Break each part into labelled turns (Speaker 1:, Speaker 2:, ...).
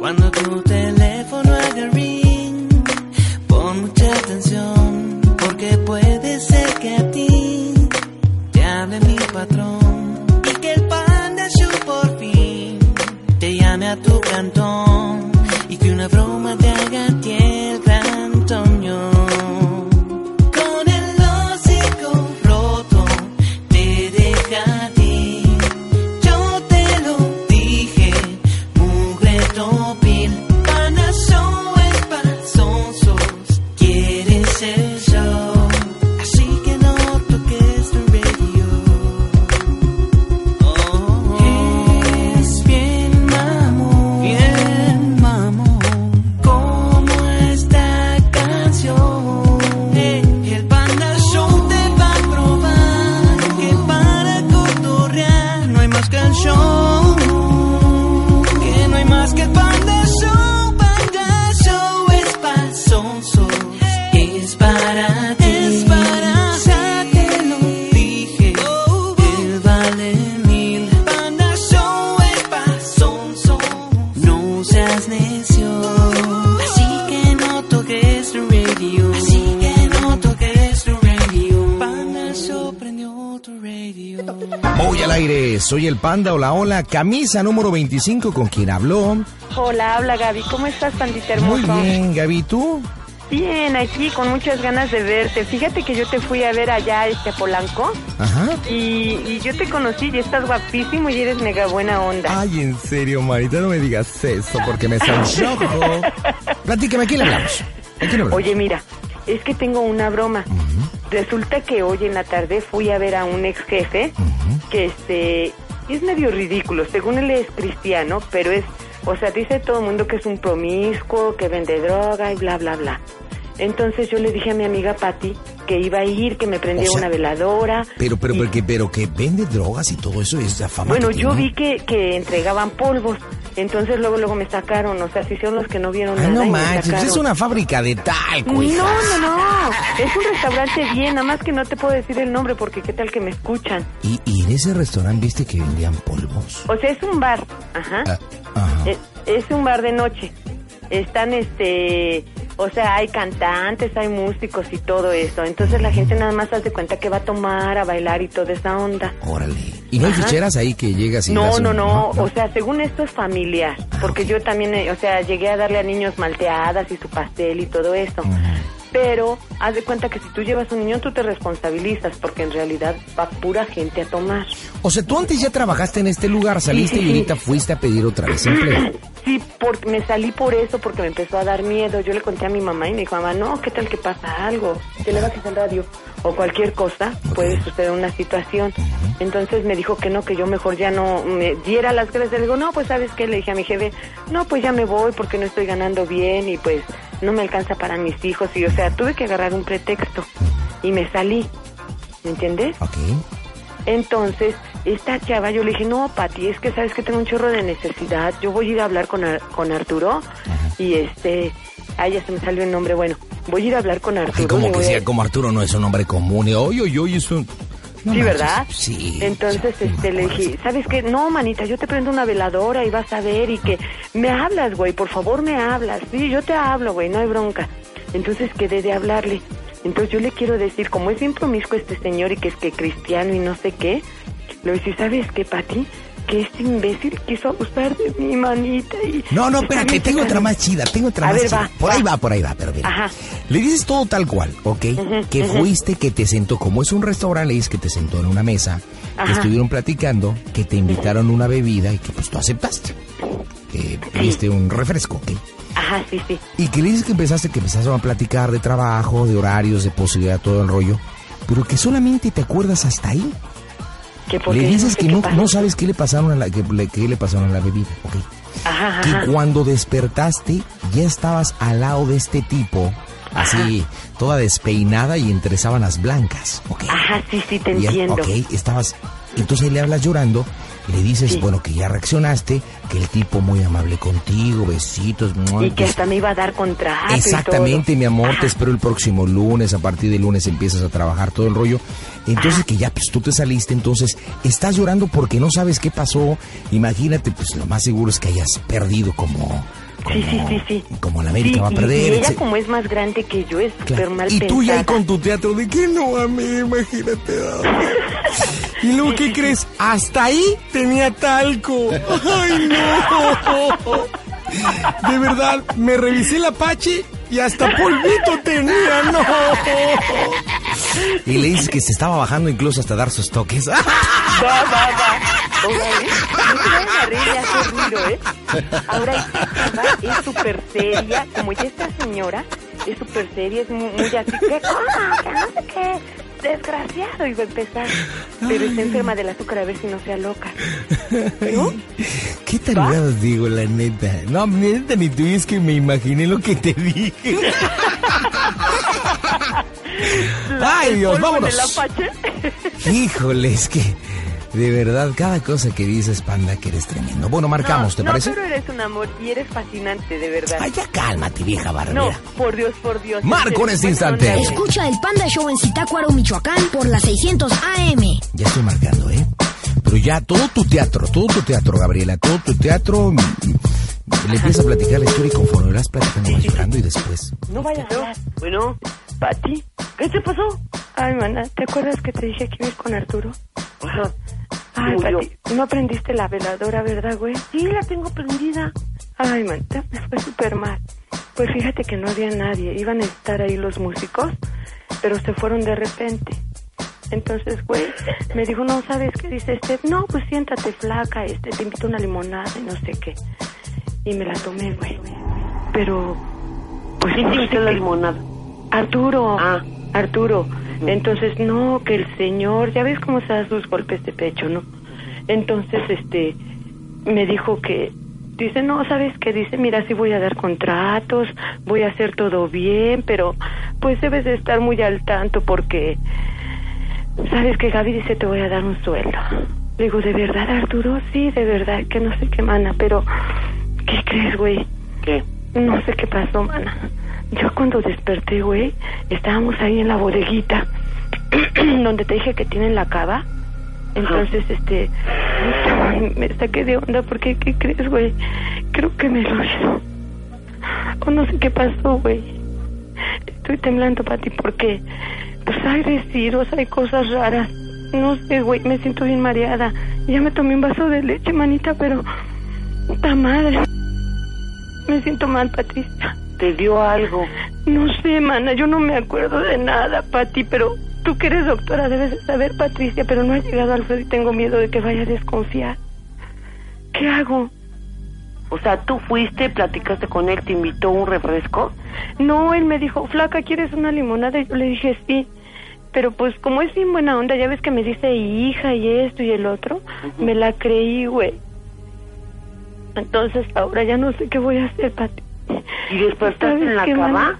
Speaker 1: Cuando tu teléfono haga ring, pon mucha atención, porque puede ser que a ti te hable mi patrón y que el panda show por fin te llame a tu cantón y que una broma te haga a ti el gran Toñón. Con el hocico roto te deja a ti. Yo te lo dije, mugre topil. Pana show es para sonsos, quieres el show. Así que no toques tu radio. Oh, es bien mamón, bien mamón. Como esta canción, Eh, el Panda Show te va a probar que para cotorrear no hay más que el show, que no hay más que el Panda Show. Panda Show es para sonsos, es para ti, es para ya te lo dije, él vale mil. Panda Show es para sonsos. No seas necio, así que no toques tu radio, así que no toques tu radio. Panda Show prendió tu radio.
Speaker 2: Voy al aire, soy el panda, hola, hola, camisa número 25 con quien habló.
Speaker 3: Hola, habla Gaby. ¿Cómo estás, pandita
Speaker 2: Muy
Speaker 3: hermoso?
Speaker 2: bien, Gaby, ¿tú?
Speaker 3: Bien, aquí con muchas ganas de verte. Fíjate que yo te fui a ver allá este a Polanco
Speaker 2: Ajá.
Speaker 3: y, y yo te conocí y estás guapísimo y eres mega buena onda.
Speaker 2: Ay, en serio, Marita, no me digas eso porque me sonrojo. Platícame, ¿a quién le hablamos? ¿A quién le hablamos?
Speaker 3: Oye, mira, es que tengo una broma. Resulta que hoy en la tarde fui a ver a un ex jefe que este es medio ridículo. Según él es cristiano, pero es, o sea, dice todo el mundo que es un promiscuo, que vende droga y bla, bla, bla. Entonces yo le dije a mi amiga Patti que iba a ir, que me prendía
Speaker 2: sea,
Speaker 3: una veladora.
Speaker 2: Pero, pero,
Speaker 3: y-
Speaker 2: pero, que, pero que vende drogas y todo eso es la fama
Speaker 3: Bueno,
Speaker 2: que
Speaker 3: yo
Speaker 2: tiene.
Speaker 3: vi que, que entregaban polvos, entonces luego luego me sacaron, o sea, si son los que no vieron
Speaker 2: Ay,
Speaker 3: nada.
Speaker 2: Ah, no
Speaker 3: y me
Speaker 2: manches,
Speaker 3: sacaron.
Speaker 2: es una fábrica de talco, hija.
Speaker 3: No, no, no, es un restaurante bien, nada más que no te puedo decir el nombre porque qué tal que me escuchan.
Speaker 2: Y, y en ese restaurante viste que vendían polvos.
Speaker 3: O sea, es un bar, ajá,
Speaker 2: Ah, ajá.
Speaker 3: Eh, es un bar de noche. Están, este, o sea, hay cantantes, hay músicos y todo eso. Entonces la gente nada más se hace cuenta que va a tomar, a bailar y toda esa onda.
Speaker 2: Órale. ¿Y no hay
Speaker 3: Ajá.
Speaker 2: ficheras ahí que llegas y
Speaker 3: No,
Speaker 2: das un-
Speaker 3: no, no, o sea, según esto es familiar, porque yo también, eh, o sea, llegué a darle a niños malteadas y su pastel y todo eso. Pero haz de cuenta que si tú llevas un niño tú te responsabilizas, porque en realidad va pura gente a tomar.
Speaker 2: O sea, tú antes ya trabajaste en este lugar, saliste
Speaker 3: Sí, sí,
Speaker 2: y
Speaker 3: sí.
Speaker 2: ahorita fuiste a pedir otra vez empleo.
Speaker 3: Sí, porque me salí por eso, porque me empezó a dar miedo. Yo le conté a mi mamá y me dijo, mamá, no, ¿qué tal que pasa algo? Que le bajes el radio o cualquier cosa, puede suceder una situación. Entonces me dijo que no, que yo mejor ya no me diera las gracias. Le digo, no, pues sabes qué, le dije a mi jefe, no, pues ya me voy porque no estoy ganando bien y pues no me alcanza para mis hijos. Y o sea, tuve que agarrar un pretexto y me salí. ¿Me entiendes?
Speaker 2: Ok.
Speaker 3: Entonces, esta chava, yo le dije, no, Pati, es que sabes que tengo un chorro de necesidad. Yo voy a ir a hablar con, Ar- con Arturo y este. Ay, ya se me salió el nombre. Bueno, voy a ir a hablar con Arturo.
Speaker 2: Ay,
Speaker 3: le
Speaker 2: como que
Speaker 3: pues, voy a-
Speaker 2: sea, como Arturo no es un hombre común. Y hoy, hoy, hoy es un. No
Speaker 3: sí,
Speaker 2: manches,
Speaker 3: ¿verdad?
Speaker 2: Sí.
Speaker 3: Entonces,
Speaker 2: ya,
Speaker 3: este, le dije, ¿sabes qué? No, manita, yo te prendo una veladora y vas a ver y que me hablas, güey, por favor me hablas. Sí, yo te hablo, güey, no hay bronca. Entonces quedé de hablarle. Entonces yo le quiero decir, como es bien promiscuo este señor y que es que cristiano y no sé qué, le voy a decir, ¿sabes qué, Pati? Que este imbécil quiso abusar de mi manita y...
Speaker 2: No, no,
Speaker 3: está
Speaker 2: espérate,
Speaker 3: bien
Speaker 2: tengo otra
Speaker 3: picante.
Speaker 2: más chida, tengo otra
Speaker 3: A
Speaker 2: más
Speaker 3: ver,
Speaker 2: chida.
Speaker 3: va,
Speaker 2: por ahí
Speaker 3: va.
Speaker 2: va, por ahí va, pero mira.
Speaker 3: Ajá.
Speaker 2: Le dices todo tal cual, ¿ok? que fuiste, que te sentó, como es un restaurante, le dices que te sentó en una mesa, que
Speaker 3: Ajá.
Speaker 2: estuvieron platicando, que te invitaron una bebida y que pues tú aceptaste. Que pediste un refresco, ¿ok?
Speaker 4: Ajá, sí, sí.
Speaker 2: Y que le dices que empezaste, que empezaron a platicar de trabajo, de horarios, de posibilidad, todo el rollo, pero que solamente te acuerdas hasta ahí.
Speaker 4: Que porque
Speaker 2: le dices
Speaker 4: sé
Speaker 2: que
Speaker 4: qué
Speaker 2: no,
Speaker 4: pasa.
Speaker 2: no sabes qué le pasaron a la, que, le- qué le pasaron a la bebida, ok.
Speaker 4: Ajá, ajá,
Speaker 2: Que
Speaker 4: ajá.
Speaker 2: cuando despertaste ya estabas al lado de este tipo, así, toda despeinada y entre sábanas blancas, ok.
Speaker 4: Ajá, sí, sí, te
Speaker 2: Y él,
Speaker 4: entiendo.
Speaker 2: ok, estabas. Entonces le hablas llorando, le dices,
Speaker 4: Sí.
Speaker 2: bueno, que ya reaccionaste, que el tipo muy amable contigo, besitos, mua,
Speaker 4: Y que
Speaker 2: pues,
Speaker 4: hasta me iba a dar contrato. y todo.
Speaker 2: Exactamente, mi amor,
Speaker 4: Ajá.
Speaker 2: te espero el próximo lunes, a partir del lunes empiezas a trabajar todo el rollo. Entonces que ya pues tú te saliste, entonces estás llorando porque no sabes qué pasó. Imagínate, pues lo más seguro es que hayas perdido como como,
Speaker 4: Sí, sí, sí, sí.
Speaker 2: como la América
Speaker 4: Sí,
Speaker 2: va a
Speaker 4: y-
Speaker 2: perder.
Speaker 4: Y, ella
Speaker 2: etcétera.
Speaker 4: como es más grande que yo, es súper
Speaker 2: Claro.
Speaker 4: mal
Speaker 2: Y tú ya ahí
Speaker 4: pensada.
Speaker 2: con tu teatro de que no, a mí, imagínate. ah. y luego, ¿qué crees? Hasta ahí tenía talco. ¡Ay, no! De verdad, me revisé el apache y hasta polvito tenía, no. Y le dices que se estaba bajando incluso hasta dar sus toques.
Speaker 4: Va, va, va. ¿eh? Órale. No se vayan a reír de hacer ruido, ¿eh? Ahora, esta chava es súper seria. Como ya esta señora es súper seria, es muy, muy así. ¿Qué cosa? Que "Ah, no sé qué. Desgraciado. Iba a empezar. Pero está enferma del azúcar, a ver si no sea loca.
Speaker 2: ¿Qué tarugadas digo, la neta? No, neta, ni tú, es que me imaginé lo que te dije. Ay, Dios,
Speaker 4: Polvo en el
Speaker 2: vámonos.
Speaker 4: apache.
Speaker 2: Híjole, es que de verdad, cada cosa que dices, panda, que eres tremendo. Bueno, marcamos, ¿te
Speaker 4: no,
Speaker 2: parece?
Speaker 4: pero eres un amor y eres fascinante, de verdad.
Speaker 2: Ay, ya cálmate, vieja
Speaker 4: no,
Speaker 2: barbera.
Speaker 4: por Dios, por Dios.
Speaker 2: Marco en este
Speaker 4: Bueno,
Speaker 2: instante.
Speaker 4: no, no, no.
Speaker 5: Escucha el Panda Show en Zitácuaro, Michoacán por las 600 AM.
Speaker 2: Ya estoy marcando, ¿eh? Pero ya todo tu teatro, todo tu teatro, Gabriela, todo tu teatro. mm, mm, Le empiezas a platicar la historia y conforme vas platicando, vas llorando y después.
Speaker 4: No vayas a hablar. Este, Bueno, Pati, ¿qué te pasó?
Speaker 3: Ay, mana, ¿te acuerdas que te dije que ibas con Arturo?
Speaker 4: Ajá.
Speaker 3: Ay,
Speaker 4: Murió.
Speaker 3: Pati, no aprendiste la veladora, ¿verdad, güey?
Speaker 4: Sí, la tengo prendida.
Speaker 3: Ay, man, te- me fue súper mal. Pues fíjate que no había nadie. Iban a estar ahí los músicos, pero se fueron de repente. Entonces, güey, me dijo, no, ¿sabes qué? Dice este, no, pues siéntate flaca, este, te invito a una limonada y no sé qué. Y me la tomé, güey. Pero, pues...
Speaker 4: ¿Quién te
Speaker 3: no sé
Speaker 4: invitó la
Speaker 3: qué-
Speaker 4: limonada?
Speaker 3: Arturo.
Speaker 4: Ah.
Speaker 3: Arturo. Entonces, no, que el señor, ya ves cómo se da sus golpes de pecho, ¿no? Entonces, este, me dijo que, dice, no, ¿sabes qué? Dice, mira, sí voy a dar contratos, voy a hacer todo bien, pero pues debes de estar muy al tanto porque, ¿sabes que Gaby dice, te voy a dar un sueldo. Le digo, ¿de verdad, Arturo? Sí, de verdad, que no sé qué, mana, pero, ¿qué crees, güey?
Speaker 4: ¿Qué?
Speaker 3: No sé qué pasó, mana. Yo cuando desperté, güey, estábamos ahí en la bodeguita donde te dije que tienen la cava. Entonces, este, me saqué de onda porque, ¿qué crees, güey? Creo que me lo hizo. O no sé qué pasó, güey. Estoy temblando, Pati, porque pues hay residuos, hay cosas raras. No sé, güey, me siento bien mareada. Ya me tomé un vaso de leche, manita, pero... ¡Puta madre! Me siento mal, Patricia.
Speaker 4: ¿Te dio algo?
Speaker 3: No sé, mana, yo no me acuerdo de nada, Pati, pero tú que eres doctora debes de saber, Patricia, pero no ha llegado Alfredo y tengo miedo de que vaya a desconfiar. ¿Qué hago?
Speaker 4: O sea, tú fuiste, platicaste con él, te invitó un refresco.
Speaker 3: No, él me dijo, flaca, ¿quieres una limonada? Y yo le dije, sí. Pero pues como es bien buena onda, ya ves que me dice hija y esto y el otro, me la creí, güey. Entonces ahora ya no sé qué voy a hacer, Pati.
Speaker 4: ¿Y despertaste
Speaker 3: ¿Sabes
Speaker 4: en la
Speaker 3: qué,
Speaker 4: cama?
Speaker 3: mana?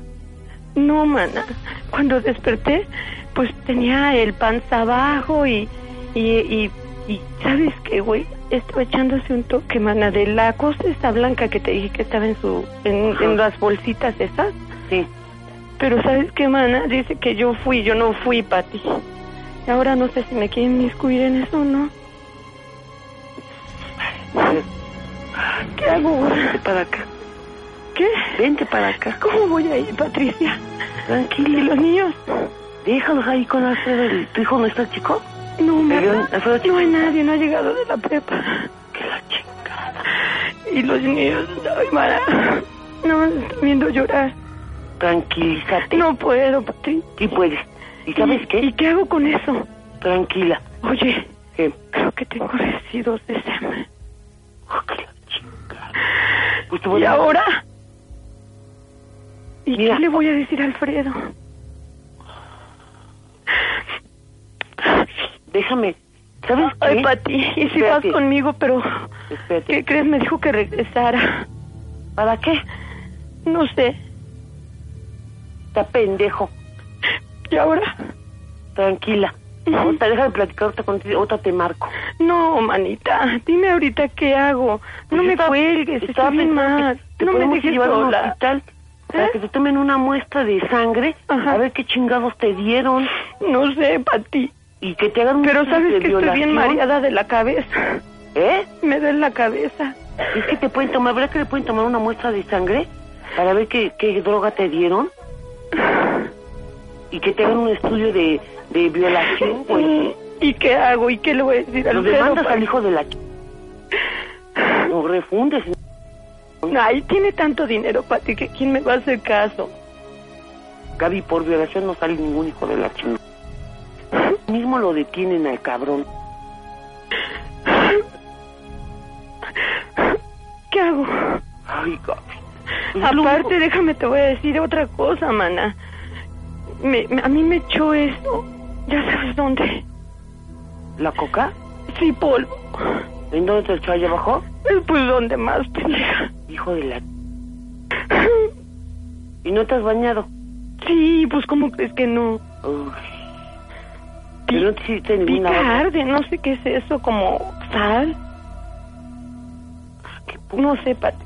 Speaker 3: No, mana. Cuando desperté, pues tenía el panza abajo y, y, y, y, ¿sabes qué, güey? Estaba echándose un toque, mana, de la cosa esta blanca que te dije que estaba en su, en,
Speaker 4: Ajá.
Speaker 3: en las bolsitas esas.
Speaker 4: Sí.
Speaker 3: Pero ¿sabes qué, mana? Dice que yo fui, yo no fui, Pati. Y ahora no sé si me quieren miscuir en eso o no. ¿Qué hago, güey?
Speaker 4: Vente para acá.
Speaker 3: ¿Qué?
Speaker 4: Vente para acá.
Speaker 3: ¿Cómo voy a ir, Patricia? ¿Y
Speaker 4: Tranquila.
Speaker 3: los niños?
Speaker 4: Déjalos ahí con Alfredo. ¿El- ¿Tu hijo no está chico?
Speaker 3: No,
Speaker 4: Pero,
Speaker 3: mamá.
Speaker 4: Alfredo,
Speaker 3: No hay nadie, no ha llegado de la prepa.
Speaker 4: Que la chingada.
Speaker 3: Y los niños, ay, Mara. No, me están viendo llorar.
Speaker 4: Tranquilízate.
Speaker 3: No puedo, Patri.
Speaker 4: Sí puedes. ¿Y sabes
Speaker 3: ¿Y-
Speaker 4: qué?
Speaker 3: ¿Y qué hago con eso?
Speaker 4: Tranquila.
Speaker 3: Oye,
Speaker 4: ¿Qué?
Speaker 3: creo que tengo residuos de semen.
Speaker 4: Oh, que la chingada. Pues te voy
Speaker 3: ¿Y
Speaker 4: a-
Speaker 3: ahora? ¿Y
Speaker 4: Mira.
Speaker 3: qué le voy a decir a Alfredo?
Speaker 4: Déjame. ¿Sabes qué?
Speaker 3: Ay, Pati, y si vas
Speaker 4: Espérate.
Speaker 3: conmigo, pero...
Speaker 4: Espérate.
Speaker 3: ¿Qué crees? Me dijo que regresara.
Speaker 4: ¿Para qué?
Speaker 3: No sé.
Speaker 4: Está pendejo.
Speaker 3: ¿Y ahora?
Speaker 4: Tranquila. Ahorita deja de platicar ahorita contigo. Ahorita te marco.
Speaker 3: No, manita, dime ahorita qué hago. No
Speaker 4: Yo
Speaker 3: me
Speaker 4: estaba-
Speaker 3: cuelgues,
Speaker 4: estaba
Speaker 3: estoy bien
Speaker 4: pensando
Speaker 3: mal.
Speaker 4: que te
Speaker 3: No me
Speaker 4: podemos
Speaker 3: dejes
Speaker 4: llevar a un
Speaker 3: sola.
Speaker 4: hospital para
Speaker 3: ¿Eh?
Speaker 4: que te tomen una muestra de sangre
Speaker 3: Ajá.
Speaker 4: a ver qué chingados te dieron
Speaker 3: No sé, Pati.
Speaker 4: y que te hagan un
Speaker 3: Pero
Speaker 4: test de
Speaker 3: sabes que estoy bien
Speaker 4: violación.
Speaker 3: mareada de la cabeza.
Speaker 4: ¿Eh?
Speaker 3: Me duele la cabeza.
Speaker 4: Es que te pueden tomar, ¿verdad que le pueden tomar una muestra de sangre para ver qué, qué droga te dieron? Y que te hagan un estudio de, de violación, pues.
Speaker 3: Mm, ¿Y qué hago? ¿Y qué le voy a decir al
Speaker 4: Lo
Speaker 3: Alfredo?
Speaker 4: demandas al hijo de la... ch- Lo refundes.
Speaker 3: Pati? Ay, tiene tanto dinero, Pati, que quién me va a hacer caso.
Speaker 4: Gaby, por violación no sale ningún hijo de la chingada. Mismo lo detienen al cabrón.
Speaker 3: ¿Qué hago?
Speaker 4: Ay, Gaby.
Speaker 3: Aparte, déjame te voy a decir otra cosa, mana. Me- me- a mí me echó esto. Ya sabes dónde.
Speaker 4: ¿La coca?
Speaker 3: Sí, polvo.
Speaker 4: ¿En dónde te echó allá abajo?
Speaker 3: Eh, Pues dónde más, pendeja.
Speaker 4: Hijo de la... ¿Y no te has bañado?
Speaker 3: Sí, pues cómo crees que no.
Speaker 4: Uy. Pero no te hiciste ninguna...
Speaker 3: Pica arde, no sé qué es eso, como sal.
Speaker 4: ¿Qué pu-
Speaker 3: No sé, Pati.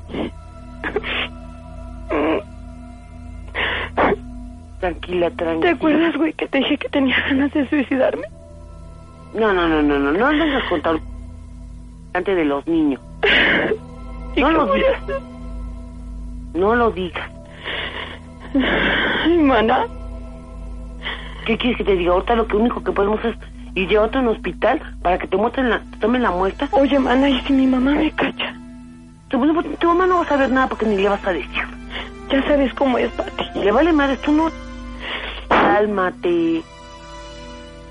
Speaker 4: Tranquila, tranquila.
Speaker 3: ¿Te acuerdas, güey, que te dije que tenía ganas de suicidarme?
Speaker 4: No, no, no, no, no, no vengas a contar antes de los niños.
Speaker 3: ¿Y
Speaker 4: No
Speaker 3: qué
Speaker 4: lo
Speaker 3: voy a
Speaker 4: digas.
Speaker 3: hacer?
Speaker 4: No lo digas.
Speaker 3: Ay, mana.
Speaker 4: ¿Qué quieres que te diga? Ahorita lo que único que podemos es ir llevarte a un hospital para que te muestren la, te tomen la muestra.
Speaker 3: Oye, mana, ¿y si mi mamá me cacha?
Speaker 4: Tu, tu pues, mamá no va a saber nada porque ni le vas a decir.
Speaker 3: Ya sabes cómo es, Pati.
Speaker 4: Le vale madre, tú no. Cálmate.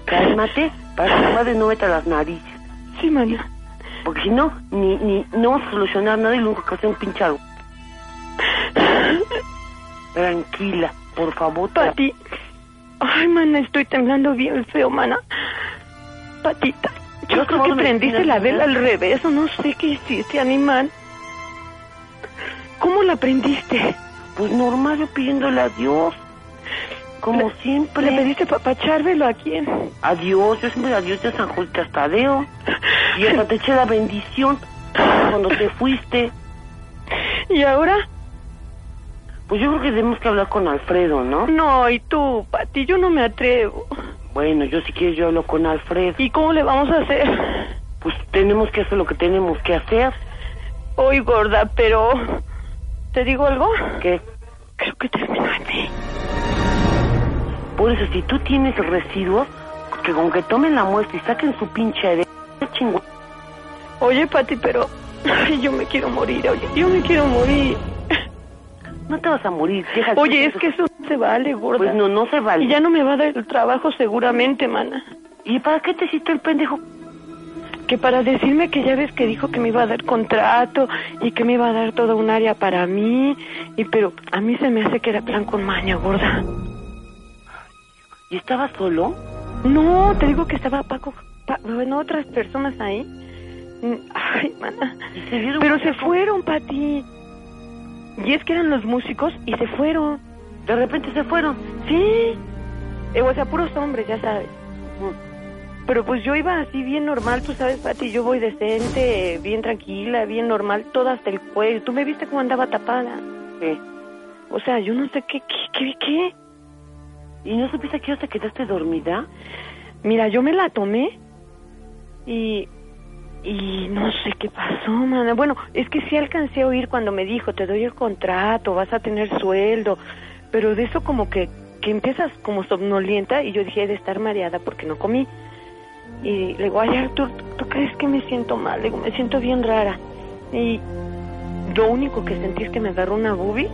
Speaker 4: Cálmate para que tu madre no meta las narices.
Speaker 3: Sí, mana.
Speaker 4: Porque si no, ni, ni, no vas a solucionar nada y lo único que hace es un pinchado. Tranquila, por favor. te la-
Speaker 3: Pati. Ay, mana, estoy temblando bien feo, mana. Patita,
Speaker 4: ¿No
Speaker 3: yo
Speaker 4: has
Speaker 3: creo
Speaker 4: tomado
Speaker 3: que prendiste
Speaker 4: medicina,
Speaker 3: la vela al
Speaker 4: señora?
Speaker 3: revés o no sé qué hiciste, animal. ¿Cómo la prendiste?
Speaker 4: Pues normal, yo pidiéndole a Dios. Como siempre.
Speaker 3: ¿Le pediste papachárvelo a quién?
Speaker 4: A Dios, yo siempre a Dios de San Juan Tastadeo. Y hasta te eché la bendición cuando te fuiste.
Speaker 3: ¿Y ahora?
Speaker 4: Pues yo creo que tenemos que hablar con Alfredo, ¿no?
Speaker 3: No, y tú, Pati, yo no me atrevo.
Speaker 4: Bueno, yo si quieres yo hablo con Alfredo.
Speaker 3: ¿Y cómo le vamos a hacer?
Speaker 4: Pues tenemos que hacer lo que tenemos que hacer.
Speaker 3: Hoy gorda, pero... ¿Te digo algo?
Speaker 4: Que
Speaker 3: Creo que terminó en mí.
Speaker 4: por eso, si tú tienes residuos, que con que tomen la muestra y saquen su pinche herencia, chingón.
Speaker 3: Oye, Pati, pero... Ay, yo me quiero morir, oye, yo me quiero morir.
Speaker 4: No te vas a morir, deja
Speaker 3: Oye, es que eso no se vale, gorda.
Speaker 4: Pues no, no se vale.
Speaker 3: Y ya no me va a dar el trabajo seguramente, mana.
Speaker 4: ¿Y para qué te hiciste el pendejo?
Speaker 3: Que para decirme que ya ves que dijo que me iba a dar contrato y que me iba a dar toda un área para mí. Y pero a mí se me hace que era plan con maña, gorda.
Speaker 4: ¿Y estabas solo?
Speaker 3: No, te digo que estaba Paco, Pa- bueno, otras personas ahí. Mm, Ay, mana.
Speaker 4: ¿Y se vieron?
Speaker 3: Pero se fueron, Pati. Y es que eran los músicos y se fueron.
Speaker 4: De repente se fueron.
Speaker 3: Sí. Eh, o sea, puros hombres, ya sabes. Pero pues yo iba así bien normal, tú sabes, Pati, yo voy decente, bien tranquila, bien normal, toda hasta el cuello. Tú me viste cómo andaba tapada.
Speaker 4: Sí.
Speaker 3: O sea, yo no sé qué, qué, qué, qué.
Speaker 4: ¿Y no supiste que ya te quedaste dormida?
Speaker 3: Mira, yo me la tomé y... Y no sé qué pasó, mana. Bueno, es que sí alcancé a oír cuando me dijo, te doy el contrato, vas a tener sueldo. Pero de eso como que, que empiezas como somnolienta y yo dije, he de estar mareada porque no comí. Y le digo, ay Artur, ¿tú crees que me siento mal? Le digo, me siento bien rara. Y lo único que sentí es que me agarró una boobie,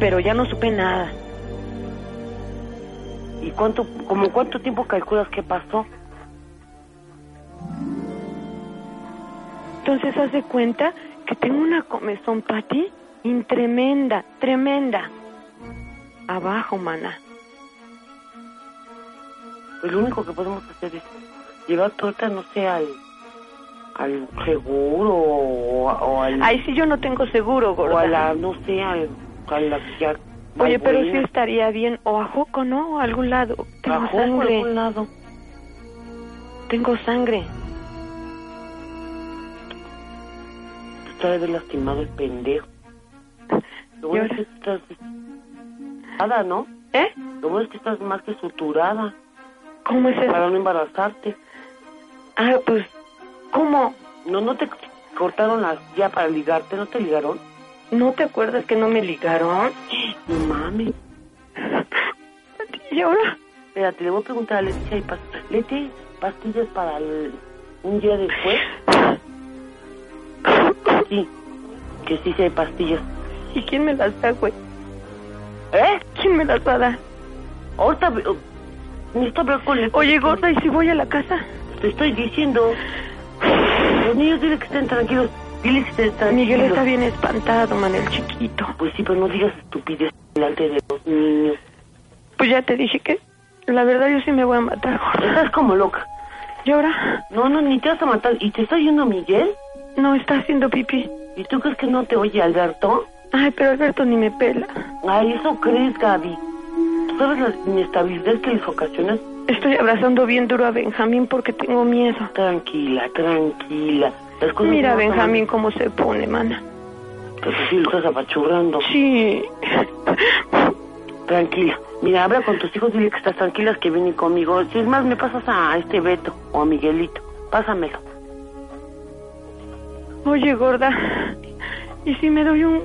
Speaker 3: pero ya no supe nada.
Speaker 4: ¿Y cuánto, como cuánto tiempo calculas que pasó?
Speaker 3: Entonces haz de cuenta que tengo una comezón, Pati, in- tremenda, tremenda. abajo, mana.
Speaker 4: Pues lo único que podemos hacer es llevar torta, no sé, al, al seguro o, a- o al...
Speaker 3: Ahí sí yo no tengo seguro,
Speaker 4: o
Speaker 3: gorda.
Speaker 4: a la, no sé, al, a la... ya-
Speaker 3: Oye, pero sí
Speaker 4: Valbuena,
Speaker 3: estaría bien, o a Joco, ¿no? O a algún lado. Tengo
Speaker 4: Tajo, por
Speaker 3: sangre,
Speaker 4: algún lado.
Speaker 3: tengo sangre.
Speaker 4: Está de lastimado el pendejo. Lo bueno es que estás... Nada, ¿no?
Speaker 3: ¿Eh?
Speaker 4: Lo bueno es que estás más que suturada
Speaker 3: ¿Cómo es eso?
Speaker 4: para no embarazarte.
Speaker 3: Ah, pues, ¿cómo?
Speaker 4: No, no te cortaron las ya para ligarte, ¿no te ligaron?
Speaker 3: ¿No te acuerdas que no me ligaron?
Speaker 4: No mames.
Speaker 3: ¿Y ahora?
Speaker 4: Espérate, le voy a preguntar a Leticia y pas Leti, pastillas para el- un día después. Sí, que sí, sí hay pastillas.
Speaker 3: ¿Y quién me las da, güey?
Speaker 4: ¿Eh?
Speaker 3: ¿Quién me las va a dar?
Speaker 4: Ahorita ve- oh, necesito hablar con Leti.
Speaker 3: Oye, gorda, ¿y si voy a la casa?
Speaker 4: Te estoy diciendo. Los niños dile que estén tranquilos. Dile que estén tranquilos.
Speaker 3: Miguel está bien espantado, man, el chiquito.
Speaker 4: Pues sí, pero no digas estupidez delante de los niños.
Speaker 3: Pues ya te dije que la verdad yo sí me voy a matar, gorda.
Speaker 4: Estás como loca.
Speaker 3: ¿Y ahora?
Speaker 4: No, no, ni te vas a matar. ¿Y te está oyendo Miguel?
Speaker 3: No, está haciendo pipí.
Speaker 4: ¿Y tú crees que no te oye Alberto?
Speaker 3: Ay, pero Alberto ni me pela.
Speaker 4: Ay, eso crees, Gaby. ¿Tú sabes la inestabilidad que les ocasiona?
Speaker 3: Estoy abrazando bien duro a Benjamín porque tengo miedo.
Speaker 4: Tranquila, tranquila. Las cosas
Speaker 3: Mira a
Speaker 4: no toman-
Speaker 3: Benjamín cómo se pone, mana.
Speaker 4: Pues sí, lo estás apachurrando.
Speaker 3: Sí.
Speaker 4: Tranquila. Mira, habla con tus hijos, dile que estás tranquila, que vienen conmigo. Si es más, me pasas a este Beto o a Miguelito. Pásamelo.
Speaker 3: Oye, gorda. ¿Y si me doy un...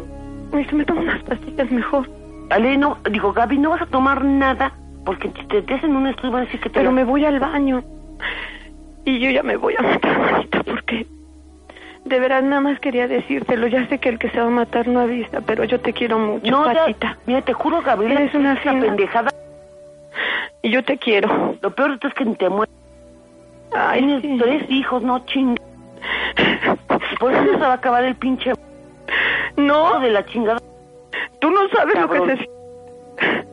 Speaker 3: ¿Y si me tomo unas pastillas mejor?
Speaker 4: Ale, no, digo, Gaby, no vas a tomar nada porque si te, te hacen un estudio y van a decir que te...
Speaker 3: Pero
Speaker 4: lo-
Speaker 3: me voy al baño. Y yo ya me voy a matar, manita, porque... De veras, nada más quería decírtelo. Ya sé que el que se va a matar no avisa, pero yo te quiero mucho,
Speaker 4: No, ya,
Speaker 3: patita.
Speaker 4: mira, te juro, Gabriela,
Speaker 3: Eres una
Speaker 4: esa
Speaker 3: fina.
Speaker 4: pendejada.
Speaker 3: Y yo te quiero.
Speaker 4: Lo peor de todo es que ni te mueres.
Speaker 3: Ay,
Speaker 4: Tienes
Speaker 3: sí.
Speaker 4: tres hijos, no ching. Por eso se va a acabar el pinche
Speaker 3: No,
Speaker 4: de la chingada.
Speaker 3: tú no sabes lo que
Speaker 4: Cabrón.
Speaker 3: se...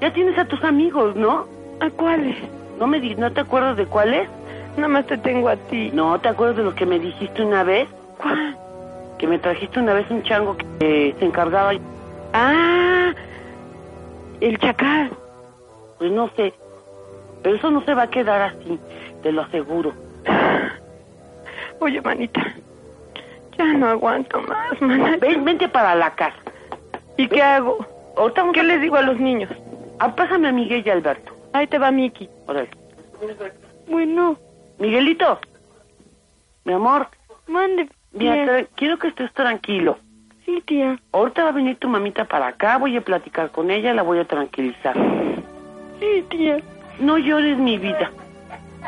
Speaker 4: Ya tienes a tus amigos, ¿no?
Speaker 3: ¿A cuáles?
Speaker 4: No me di- no te acuerdas de cuáles?
Speaker 3: Nada más te tengo a ti.
Speaker 4: No, ¿te acuerdas de lo que me dijiste una vez?
Speaker 3: ¿Cuál?
Speaker 4: Que me trajiste una vez un chango que eh, se encargaba,
Speaker 3: Ah, el chacal.
Speaker 4: pues no sé. Pero eso no se va a quedar así, te lo aseguro.
Speaker 3: Oye, manita, ya no aguanto más, mana.
Speaker 4: Ven, vente para la casa.
Speaker 3: ¿Y qué hago?
Speaker 4: Ahorita vamos
Speaker 3: ¿Qué
Speaker 4: a-
Speaker 3: les digo a los niños?
Speaker 4: Ah, pásame a Miguel y a Alberto.
Speaker 3: Ahí te va Miki.
Speaker 4: Órale.
Speaker 3: Bueno,
Speaker 4: Miguelito, mi amor,
Speaker 3: mande.
Speaker 4: mira,
Speaker 3: Bien.
Speaker 4: tra- quiero que estés tranquilo.
Speaker 3: Sí, tía.
Speaker 4: Ahorita va a venir tu mamita para acá, voy a platicar con ella, la voy a tranquilizar.
Speaker 3: Sí, tía.
Speaker 4: No llores mi vida,